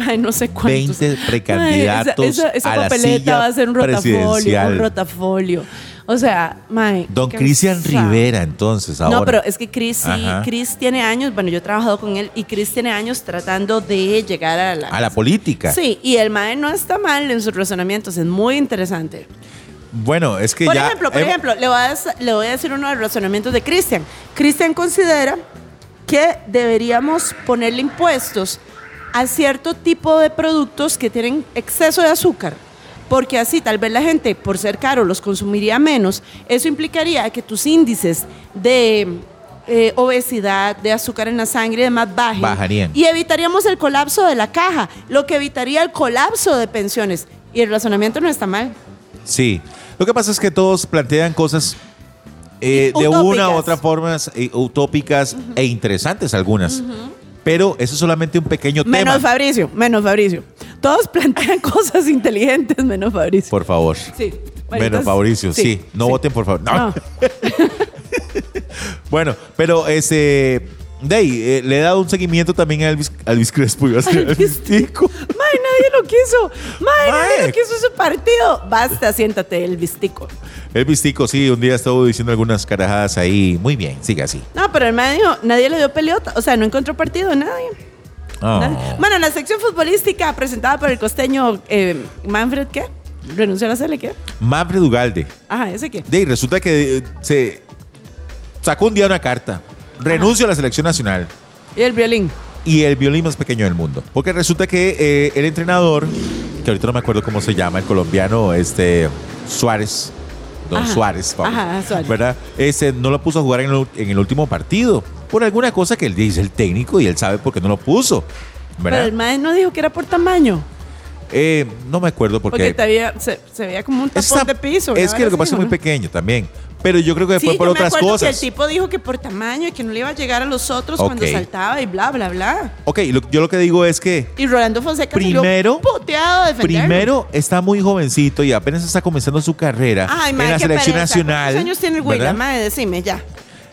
S3: Ay, no sé cuántos.
S2: 20 precandidatos
S3: Mae, esa, esa- esa
S2: a la
S3: papeleta
S2: silla
S3: va a ser un rotafolio,
S2: presidencial.
S3: un rotafolio. O sea, mae,
S2: Don
S3: qué
S2: Cristian
S3: cosa.
S2: Rivera, entonces, ahora.
S3: No, pero es que Chris sí,
S2: Ajá.
S3: Chris tiene años, bueno, yo he trabajado con él y Chris tiene años tratando de llegar a la
S2: A la política.
S3: Sí, y el mae no está mal en sus razonamientos, es muy interesante.
S2: Bueno, es que
S3: Por
S2: ya.
S3: ejemplo, por
S2: hemos-
S3: ejemplo, le voy, a, des- le voy a decir uno de los razonamientos de Cristian. Cristian considera que deberíamos ponerle impuestos a cierto tipo de productos que tienen exceso de azúcar, porque así tal vez la gente, por ser caro, los consumiría menos. Eso implicaría que tus índices de eh, obesidad, de azúcar en la sangre y demás bajen.
S2: Bajarían.
S3: Y evitaríamos el colapso de la caja, lo que evitaría el colapso de pensiones. Y el razonamiento no está mal.
S2: Sí. Lo que pasa es que todos plantean cosas eh, de
S3: Utópicas.
S2: una u otra forma eh, utópicas e interesantes algunas. Pero eso es solamente un pequeño
S3: Menos
S2: tema.
S3: Fabricio, menos Fabricio. Todos plantean cosas inteligentes, menos Fabricio.
S2: Por favor.
S3: Sí. Bueno,
S2: Menos
S3: entonces-
S2: Fabricio, sí. No voten, por favor. No.
S3: No.
S2: Bueno, pero ese. De ahí, eh, le he dado un seguimiento también a Elvis, a Elvis Crespo. iba a ser Elvis Tico.
S3: Mae, nadie lo quiso. Mae,
S2: Mae.
S3: nadie lo quiso ese partido. Basta, siéntate, el vistico.
S2: Elvis Tico, sí, un día estuvo diciendo algunas carajadas ahí. Muy bien, sigue así.
S3: No, pero el mae dijo, nadie le dio pelota. O sea, no encontró partido, nadie.
S2: Oh.
S3: Nadie. Bueno, la sección futbolística presentada por el costeño eh, Manfred, ¿qué? ¿Renunció a la sele, qué?
S2: Manfred Ugalde.
S3: Ajá, ese qué.
S2: De ahí, resulta que eh, se sacó un día una carta. Renuncio a la selección nacional
S3: Y el violín.
S2: y el violín más pequeño del mundo. Porque resulta que eh, el entrenador, que ahorita no me acuerdo cómo se llama, el colombiano este, Suárez, don
S3: Ajá,
S2: Suárez, vamos,
S3: ajá, Suárez.
S2: ¿verdad? Ese no lo puso a jugar en el, en el último partido. Por alguna cosa que él dice el técnico y él sabe por qué no lo puso.
S3: Pero el
S2: ¿verdad?
S3: mae no dijo que era por tamaño.
S2: Eh, no me acuerdo por
S3: Porque
S2: qué.
S3: te había- se, se veía como un tapón
S2: Esa-
S3: de piso. una
S2: es que lo
S3: vara
S2: que pasa
S3: así,
S2: es muy
S3: ¿no?
S2: pequeño también. Pero yo creo que
S3: Sí,
S2: fue por
S3: yo
S2: otras
S3: me acuerdo
S2: cosas.
S3: que el tipo dijo que por tamaño y que no le iba a llegar a los otros cuando
S2: Ok.
S3: saltaba y bla, bla, bla.
S2: Ok, lo- yo lo que digo es que
S3: Y Rolando Fonseca
S2: Primero-
S3: salió puteado a defenderlo.
S2: Primero, está muy jovencito y apenas está comenzando su carrera
S3: Ay, madre,
S2: en la
S3: qué
S2: selección
S3: pereza.
S2: nacional.
S3: ¿Cuántos años tiene el güey? La
S2: ¿verdad?
S3: madre, decime ya.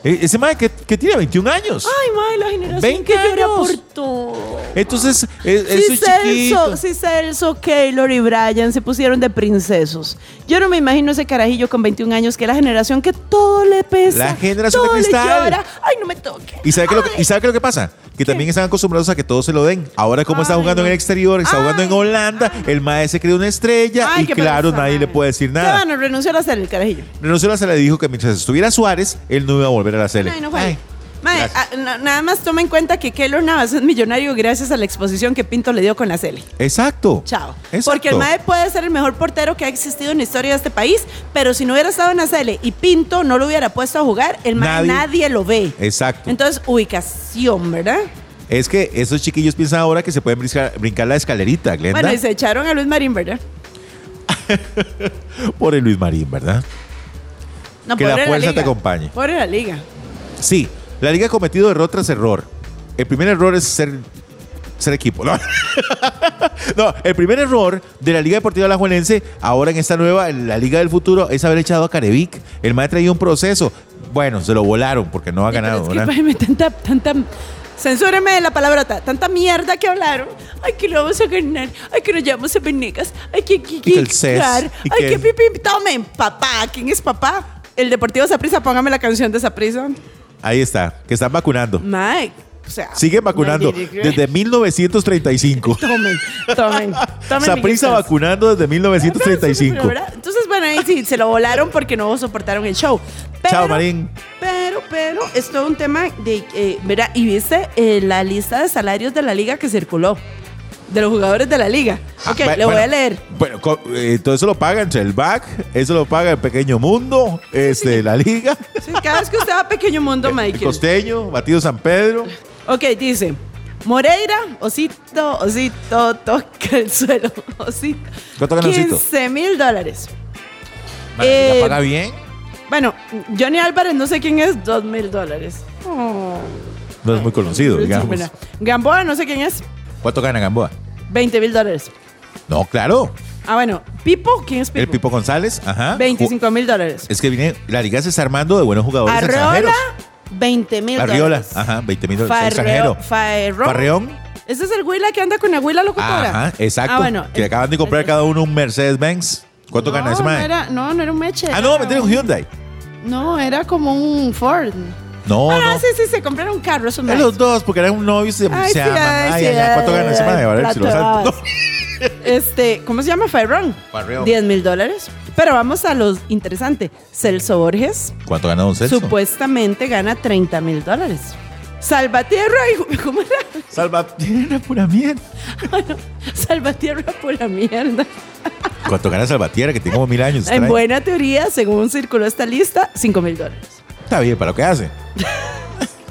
S2: E- Ese madre que, que tiene 21 años.
S3: Ay, madre, la generación
S2: 20
S3: que llora
S2: años.
S3: por todo.
S2: Entonces, es, es
S3: Si
S2: un chiquito.
S3: Celso, si Celso, Keylor y Brian se pusieron de princesos. Yo no me imagino ese carajillo con 21 años que es la generación que todo le pesa.
S2: La generación de
S3: todo le
S2: cristal.
S3: llora. Ay, no me toque.
S2: ¿Y sabe, qué lo que,
S3: Ay.
S2: ¿Y sabe qué lo que pasa? Que también están acostumbrados a que todos se lo den. Ahora, como está
S3: Ay.
S2: jugando en el exterior, está jugando en
S3: Ay.
S2: Holanda, el maestro se creó una estrella
S3: Ay,
S2: y
S3: qué
S2: claro,
S3: pereza,
S2: nadie
S3: madre.
S2: le puede decir
S3: Ya,
S2: nada.
S3: bueno, renunció a la sele, el carajillo.
S2: Venezuela se le dijo que mientras estuviera Suárez, él no iba a volver a la sele.
S3: Ay, no juegue.
S2: Ay,
S3: Mae,
S2: gracias.
S3: ah, na- nada más toma en cuenta que Keylor Navas es millonario gracias a la exposición que Pinto le dio con la Cele.
S2: Exacto.
S3: Chao.
S2: Exacto.
S3: Porque el Mae puede ser el mejor portero que ha existido en la historia de este país, pero si no hubiera estado en la Cele y Pinto no lo hubiera puesto a jugar, el Mae
S2: Nadie. Eh,
S3: nadie, lo ve.
S2: Exacto.
S3: Entonces, ubicación, ¿verdad?
S2: Es que esos chiquillos piensan ahora que se pueden brisca- brincar la escalerita, Glenda.
S3: Bueno, y se echaron a Luis Marín, ¿verdad?
S2: Por el Luis Marín, ¿verdad?
S3: No,
S2: Que la
S3: pobre
S2: fuerza
S3: liga.
S2: te acompañe.
S3: Pobre la liga.
S2: Sí, la liga ha cometido error tras error. El primer error es ser, ser equipo. No. No, el primer error de la Liga Deportiva Alajuelense, ahora en esta nueva, en la Liga del Futuro, es haber echado a Carevic. El más traído un proceso. Bueno, se lo volaron porque no ha
S3: Sí, pero
S2: ganado.
S3: es que,
S2: ¿verdad?
S3: págame, tanta, tanta. Censúreme la palabrota, tanta mierda que hablaron. Ay, que lo vamos a ganar. Ay, que nos llamamos a Venegas. Ay, que, que,
S2: que el CES,
S3: claro.
S2: y
S3: Ay,
S2: que-
S3: que, pipi. Tomen, papá. ¿Quién es papá? El Deportivo Saprisa, póngame la canción de Saprisa.
S2: Ahí está, que están vacunando.
S3: Mike, o sea.
S2: Siguen vacunando desde 1935.
S3: Tomen, tomen, tomen.
S2: Saprisa
S3: amiguitos.
S2: vacunando desde
S3: Pero,
S2: 1935.
S3: ¿verdad? Entonces, bueno, ahí sí, se lo volaron porque no soportaron el show. Pero,
S2: Chao, Marín.
S3: Pero, pero, es todo un tema de. eh, mira, y viste eh, la lista de salarios de la liga que circuló, de los jugadores de la liga.
S2: Ah,
S3: ok,
S2: bu-
S3: le voy
S2: bueno,
S3: a leer.
S2: Bueno, co- eh, todo eso lo paga entre el back, eso lo paga el pequeño mundo, este, la liga,
S3: Sí, cada vez que usted va a Pequeño Mundo,
S2: Eh, el
S3: Michael.
S2: costeño, batido San Pedro.
S3: Ok, dice. Moreira, osito, osito, toca el suelo, osito.
S2: ¿Cuánto gana Osito?
S3: 15 mil dólares.
S2: La
S3: Eh,
S2: paga bien.
S3: Bueno, Johnny Álvarez, no sé quién es, 2 mil dólares. Oh.
S2: No es muy conocido,
S3: Pero
S2: digamos.
S3: chupela. Gamboa, no sé quién es,
S2: ¿Cuánto gana Gamboa?
S3: 20 mil dólares.
S2: No, claro.
S3: Ah, bueno. Pipo, ¿quién es Pipo?
S2: El Eh, Pipo ¿ah? González, ajá.
S3: 25 mil dólares.
S2: Es que viene, la liga se está armando de buenos jugadores
S3: Arreola,
S2: extranjeros.
S3: 20 mil dólares.
S2: Arriola, ajá, 20 mil dólares.
S3: Farreo-
S2: Extranjero.
S3: Farrón.
S2: Farreón.
S3: Ese es el Huila que anda con la Huila locutora.
S2: Ajá, exacto.
S3: Ah, bueno.
S2: que acaban de comprar cada uno un Mercedes Benz. ¿Cuánto
S3: no,
S2: gana ese
S3: No
S2: mae?
S3: era, no, no era un meche.
S2: Ah,
S3: era
S2: no, me tiene un Hyundai.
S3: No, era como un Ford.
S2: No,
S3: ah,
S2: no.
S3: sí, sí, se compraron un carro, eso
S2: Es los dos, porque eran un novio y se,
S3: Ay,
S2: se
S3: sí,
S2: aman.
S3: ay,
S2: Ay,
S3: sí,
S2: ay, ay, ¿Cuánto
S3: ay,
S2: gana ese mae? A ver
S3: ay,
S2: si lo sabe.
S3: plateadas. Este, ¿cómo se llama? Ferrón.
S2: Farreo.
S3: 10 mil dólares. Pero vamos a los interesante. Celso Borges
S2: No. ¿Cuánto gana Don Celso?
S3: supuestamente gana 30 mil dólares. Salvatierra y ¿cómo era?
S2: Salva, tiene pura mierda.
S3: Salvatierra por la mierda.
S2: ¿Cuánto gana Salvatierra? Que tiene como mil años.
S3: En
S2: trae?
S3: buena teoría, según circuló esta lista, 5 mil dólares.
S2: Está bien, ¿para lo que hace?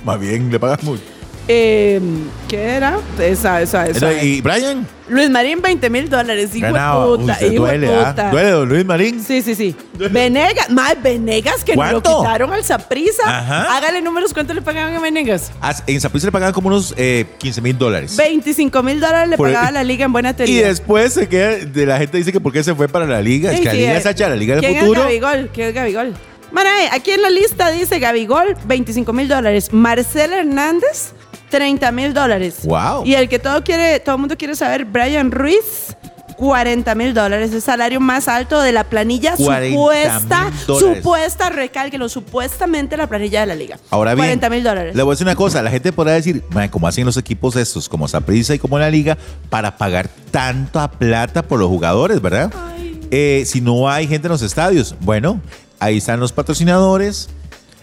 S2: Más bien, le pagas mucho.
S3: Eh, ¿Qué era? Esa, esa, esa.
S2: ¿Y Brian?
S3: Luis Marín, 20 mil dólares. Hijo de
S2: Ganaba. Uy,
S3: puta,
S2: usted
S3: hijo de
S2: duele, ¿ah?
S3: puta.
S2: Duele, don Luis Marín.
S3: Sí, sí, sí. Venegas, más Venegas que nos lo
S2: ¿Cuánto?
S3: quitaron al Saprisa.
S2: Ajá.
S3: Hágale números, ¿cuánto le pagaban a Venegas?
S2: Ah, En Zapriza le pagaban como unos eh, 15 mil dólares.
S3: 25 mil dólares le
S2: Por-
S3: pagaba la liga en buena
S2: Y
S3: teoría.
S2: después se queda, de la gente dice que por qué se fue para la liga. es
S3: Sí,
S2: que la
S3: sí,
S2: liga
S3: eh.
S2: es hacha, la liga del
S3: ¿Quién
S2: futuro.
S3: Es Gabigol? ¿Quién es Gabigol? Marae, aquí en la lista dice Gabigol, 25 mil dólares. Marcel Hernández, 30 mil dólares.
S2: Wow.
S3: Y el que todo quiere, todo el mundo quiere saber, Brian Ruiz. 40 mil dólares, el salario más alto de la planilla
S2: 40,000
S3: supuesta,
S2: dólares.
S3: supuesta, recálquelo, supuestamente la planilla de la liga.
S2: Ahora bien,
S3: 40 mil dólares.
S2: le voy a decir una cosa, la gente podrá decir, "Mae, ¿cómo hacen los equipos estos, como Saprissa y como la liga, para pagar tanta plata por los jugadores, verdad? Eh, si no hay gente en los estadios, bueno, ahí están los patrocinadores,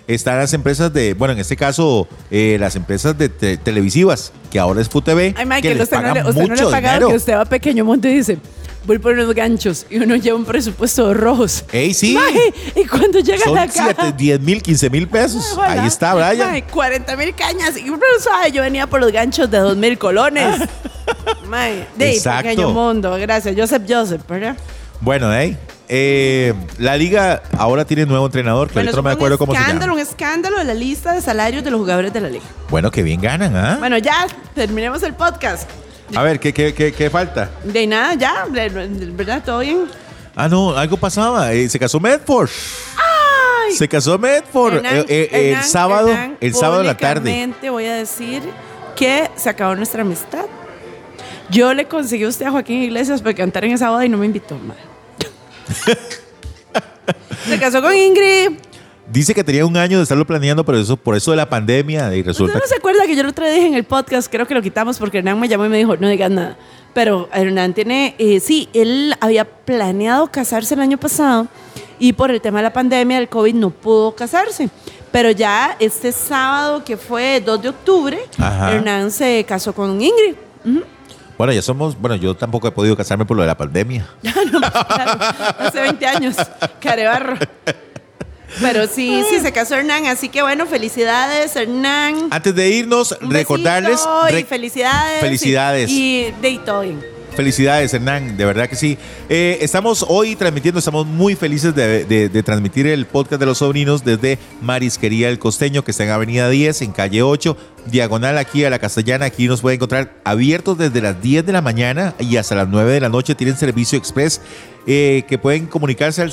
S2: están las empresas de, bueno, en este caso, eh, las empresas de te- televisivas, que ahora es FUTV,
S3: Ay,
S2: que
S3: Michael,
S2: les
S3: usted no,
S2: pagan
S3: le, usted no le
S2: mucho
S3: pagaba
S2: dinero.
S3: que usted va a pequeño monte y dice, voy por unos ganchos y uno lleva un presupuesto de rojos.
S2: Ey, sí.
S3: Mae, y cuando llega
S2: Son
S3: la
S2: 7,
S3: caja...
S2: 10 mil, 15 mil pesos.
S3: Ojalá.
S2: Ahí está, Brian.
S3: Mae, 40 mil cañas. Y uno sabe, yo venía por los ganchos de 2 mil colones. Mae, de ahí,
S2: Exacto.
S3: pequeño mundo. Gracias, Joseph Joseph, ¿verdad?
S2: Bueno, de ahí. Eh, la liga ahora tiene nuevo entrenador, que
S3: Bueno,
S2: ahorita no me
S3: fue
S2: acuerdo
S3: un
S2: cómo se
S3: escándalo,
S2: llama.
S3: un escándalo de la lista de salarios de los jugadores de la liga.
S2: Bueno, que bien ganan, ¿ah?
S3: Bueno, ya, terminemos el podcast.
S2: A ver, ¿qué, qué, qué, qué falta?
S3: De nada, ya, ¿verdad? ¿Todo bien?
S2: Ah, no, algo pasaba. Eh, se casó Medford. Se casó Medford
S3: Hernán,
S2: Eh, eh, eh,
S3: Hernán,
S2: el sábado,
S3: Hernán,
S2: el sábado en la tarde.
S3: públicamente voy a decir que se acabó nuestra amistad. Yo le conseguí a usted a Joaquín Iglesias para cantar en esa boda y no me invitó más. se casó con Ingrid.
S2: Dice que tenía un año de estarlo planeando, pero eso por eso de la pandemia y
S3: ¿Usted
S2: resulta
S3: no se acuerda que Pues yo lo otro día dije en el podcast? Creo que lo quitamos porque Hernán me llamó y me dijo, no digas nada. Pero Hernán tiene, eh, sí, él había planeado casarse el año pasado y por el tema de la pandemia, del COVID, no pudo casarse. Pero ya este sábado, que fue 2 de octubre,
S2: Ajá.
S3: Hernán se casó con Ingrid. Ujú.
S2: que- bueno, ya somos, bueno, yo tampoco he podido casarme por lo de la pandemia.
S3: No, claro, hace 20 años, carebarro. Pero sí, sí, se casó Hernán. Así que bueno, felicidades, Hernán.
S2: Antes de irnos,
S3: Un
S2: Ah, recordarles
S3: besito y
S2: rec-
S3: felicidades.
S2: Felicidades.
S3: Y, y de y todo bien.
S2: Felicidades, Hernán, de verdad que sí. Eh, estamos hoy transmitiendo, estamos muy felices de, de- de transmitir el podcast de los sobrinos desde Marisquería El Costeño, que está en Avenida 10, en calle 8, diagonal aquí a la Castellana. Aquí nos pueden encontrar abiertos desde las 10 de la mañana y hasta las 9 de la noche. Tienen servicio express eh, que pueden comunicarse al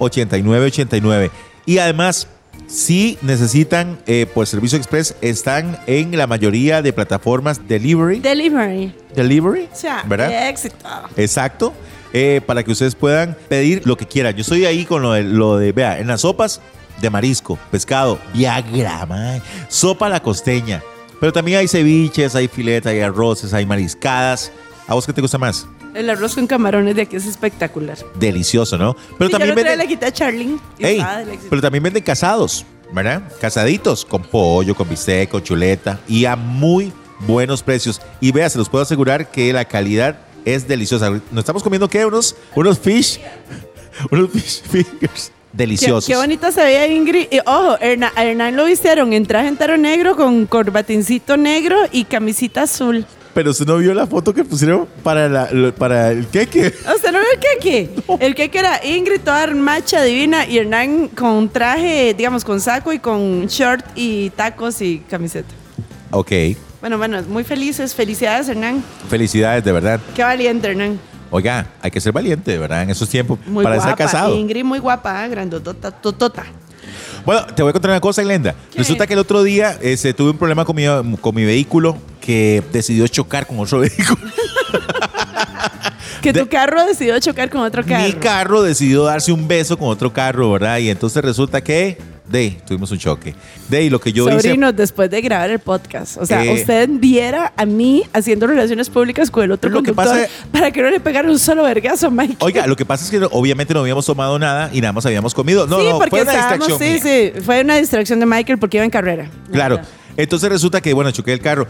S2: 6021-8989. Y además, si necesitan eh, por servicio express, están en la mayoría de plataformas delivery.
S3: Delivery.
S2: delivery,
S3: O sea,
S2: ¿verdad?
S3: éxito.
S2: Exacto. Eh, para que ustedes puedan pedir lo que quieran. Yo estoy ahí con lo de, lo de, vea, en las sopas de marisco, pescado, Viagra, mae, sopa a la costeña. Pero también hay ceviches, hay filetas, hay arroces, hay mariscadas. ¿A vos qué te gusta más?
S3: El arroz con camarones de aquí es espectacular.
S2: Delicioso, ¿no? Pero
S3: Sí, yo
S2: también
S3: lo trae
S2: venden-
S3: la quité a Charlene. y
S2: Ey,
S3: estaba del éxito.
S2: pero también venden casados, ¿verdad? Casaditos con pollo, con bistec, con chuleta y a muy buenos precios. Y vea, se los puedo asegurar que la calidad es deliciosa. Nos estamos comiendo qué? Unos, unos fish, unos fish fingers
S3: Qué,
S2: deliciosos.
S3: qué bonita se veía Ingrid. Y, ojo, Herna- a Hernán lo hicieron en traje entero negro con corbatincito negro y camisita azul.
S2: Pero usted no vio la foto que pusieron para, la- lo- para el queque.
S3: ¿Usted no vio el queque? El queque era Ingrid toda macha divina y Hernán con traje, digamos, con saco y con short y tacos y camiseta.
S2: Ok,
S3: Bueno, bueno, muy felices. Felicidades, Hernán.
S2: felicidades de verdad.
S3: Qué valiente, Hernán.
S2: Oiga, hay que ser valiente, ¿verdad? En esos tiempos
S3: Muy
S2: para
S3: guapa.
S2: estar casado.
S3: Ingrid muy guapa, ¿eh? grandotota, totota.
S2: Bueno, te voy a contar una cosa, Glenda.
S3: ¿Qué?
S2: Resulta que el otro día este, tuve un problema con mi, con mi vehículo que decidió chocar con otro vehículo.
S3: Que
S2: De-
S3: tu carro decidió chocar con otro carro.
S2: Mi carro decidió darse un beso con otro carro, ¿verdad? Y entonces resulta que, de, ahí, tuvimos un choque. De, ahí, lo que yo
S3: Sobrinos, después de grabar el podcast. O sea,
S2: Eh.
S3: usted viera a mí haciendo relaciones públicas con el otro
S2: Lo que
S3: conductor
S2: pasa-
S3: para que no le pegara un solo vergazo a Mike.
S2: hice. Oiga, lo que pasa es que obviamente no habíamos tomado nada y nada más habíamos comido. No,
S3: sí,
S2: no,
S3: porque
S2: fue una
S3: estábamos-
S2: distracción. mía.
S3: sí, sí, fue una distracción de Michael porque iba en carrera.
S2: Claro. Entonces resulta que, bueno, choqué el carro.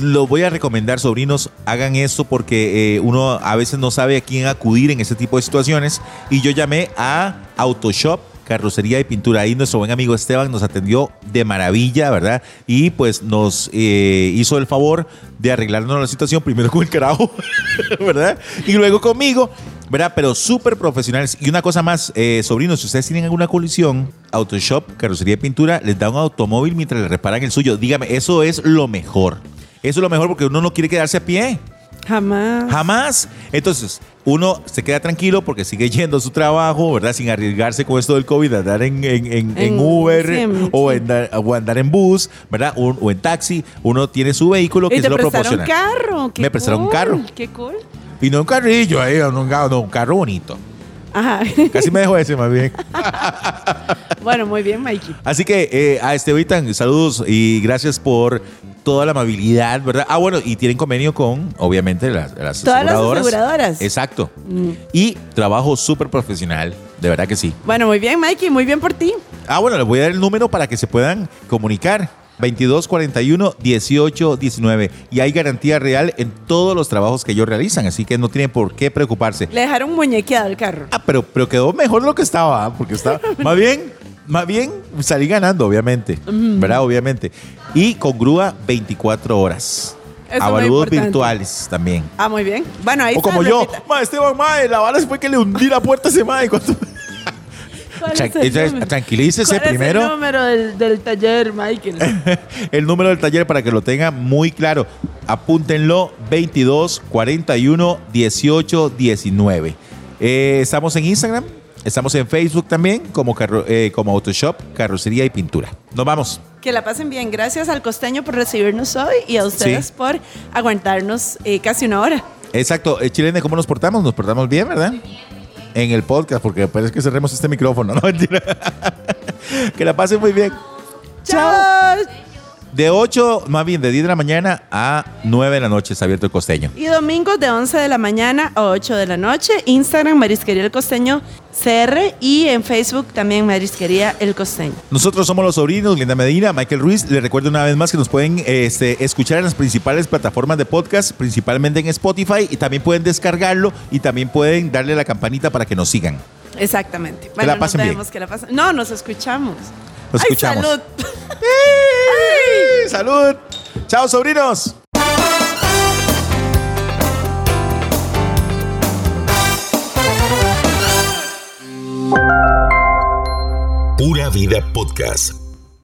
S2: Lo voy a recomendar, sobrinos, hagan esto porque eh, uno a veces no sabe a quién acudir en este tipo de situaciones. Y yo llamé a Autoshop, Carrocería y Pintura. Ahí nuestro buen amigo Esteban nos atendió de maravilla, ¿verdad? Y pues nos eh, hizo el favor de arreglarnos la situación primero con el carajo, ¿verdad? Y luego conmigo. ¿Verdad? Pero súper profesionales. Y una cosa más, eh, sobrinos, si ustedes tienen alguna colisión, Autoshop, carrocería y pintura, les da un automóvil mientras le reparan el suyo. Dígame, eso es lo mejor. Eso es lo mejor porque uno no quiere quedarse a pie.
S3: Jamás.
S2: Jamás. Entonces, uno se queda tranquilo porque sigue yendo a su trabajo, ¿verdad? Sin arriesgarse con esto del COVID, andar en, en- en- en
S3: En-
S2: Uber
S3: sí, en-
S2: o,
S3: sí.
S2: andar, o andar en bus, ¿verdad? Un- o en taxi. Uno tiene su vehículo que
S3: y
S2: se
S3: te
S2: lo
S3: prestaron
S2: proporciona.
S3: un carro. qué
S2: Me prestaron un
S3: cool,
S2: carro.
S3: Qué cool.
S2: Y no un carrillo, ahí, no un, ga- no, un carro bonito.
S3: Ajá.
S2: Casi me dejó ese más bien.
S3: bueno, muy bien, Mikey.
S2: Así que eh, a Estebitan, saludos y gracias por toda la amabilidad, ¿verdad? Ah, bueno, y tienen convenio con, obviamente, las, las
S3: Todas las
S2: aseguradoras.
S3: aseguradoras. Mm.
S2: Exacto. Y trabajo súper profesional, de verdad que sí.
S3: Bueno, muy bien, Mikey, muy bien por ti.
S2: Ah, bueno, les voy a dar el número para que se puedan comunicar. 2241 1819 y hay garantía real en todos los trabajos que ellos realizan, así que no tienen por qué preocuparse.
S3: Le dejaron muñequeado el carro.
S2: Ah, pero, pero quedó mejor de lo que estaba, ¿ah? porque estaba. más bien, más bien salí ganando, obviamente. ¿Verdad? Obviamente. Y con grúa 24 horas.
S3: Eso es muy
S2: Avaludos
S3: importante.
S2: virtuales también.
S3: Ah, muy bien. Bueno, ahí
S2: o
S3: está,
S2: como yo,
S3: repita.
S2: ma, Esteban, ma, la bala fue que le hundí la puerta a ese ma. y cuando-
S3: ¿Cuál es
S2: Tran-
S3: el
S2: entonces,
S3: número?
S2: tranquilícese
S3: ¿Cuál
S2: primero.
S3: Es el número del, del taller, Michael.
S2: el número del taller para que lo tengan muy claro. Apúntenlo 22 41 18 19. Eh, estamos en Instagram, estamos en Facebook también como, carro- eh, como Autoshop, Carrocería y Pintura. Nos vamos.
S3: que la pasen bien. Gracias al costeño por recibirnos hoy y a ustedes
S2: Sí.
S3: por aguantarnos eh, casi una hora.
S2: Exacto. Eh, Chilene, ¿cómo nos portamos? Nos portamos bien, ¿verdad? En el podcast, porque parece que cerremos este micrófono, ¿no? Mentira. que la pasen muy bien.
S3: Chao.
S2: De 8, más bien, de 10 de la mañana a 9 de la noche está abierto el costeño.
S3: Y domingos de 11 de la mañana a 8 de la noche, Instagram Marisquería El Costeño CR y en Facebook también Marisquería El Costeño.
S2: Nosotros somos los sobrinos, Glenda Medina, Michael Ruiz. Les recuerdo una vez más que nos pueden este, escuchar en las principales plataformas de podcast, principalmente en Spotify, y también pueden descargarlo y también pueden darle la campanita para que nos sigan.
S3: Exactamente.
S2: la pasen
S3: nos
S2: bien.
S3: vemos, que la pasen- No, nos escuchamos.
S2: Nos
S3: Ay,
S2: escuchamos.
S3: salud.
S2: ¡Sí! ¡Salud! ¡Chao, sobrinos!
S1: Pura Vida Podcast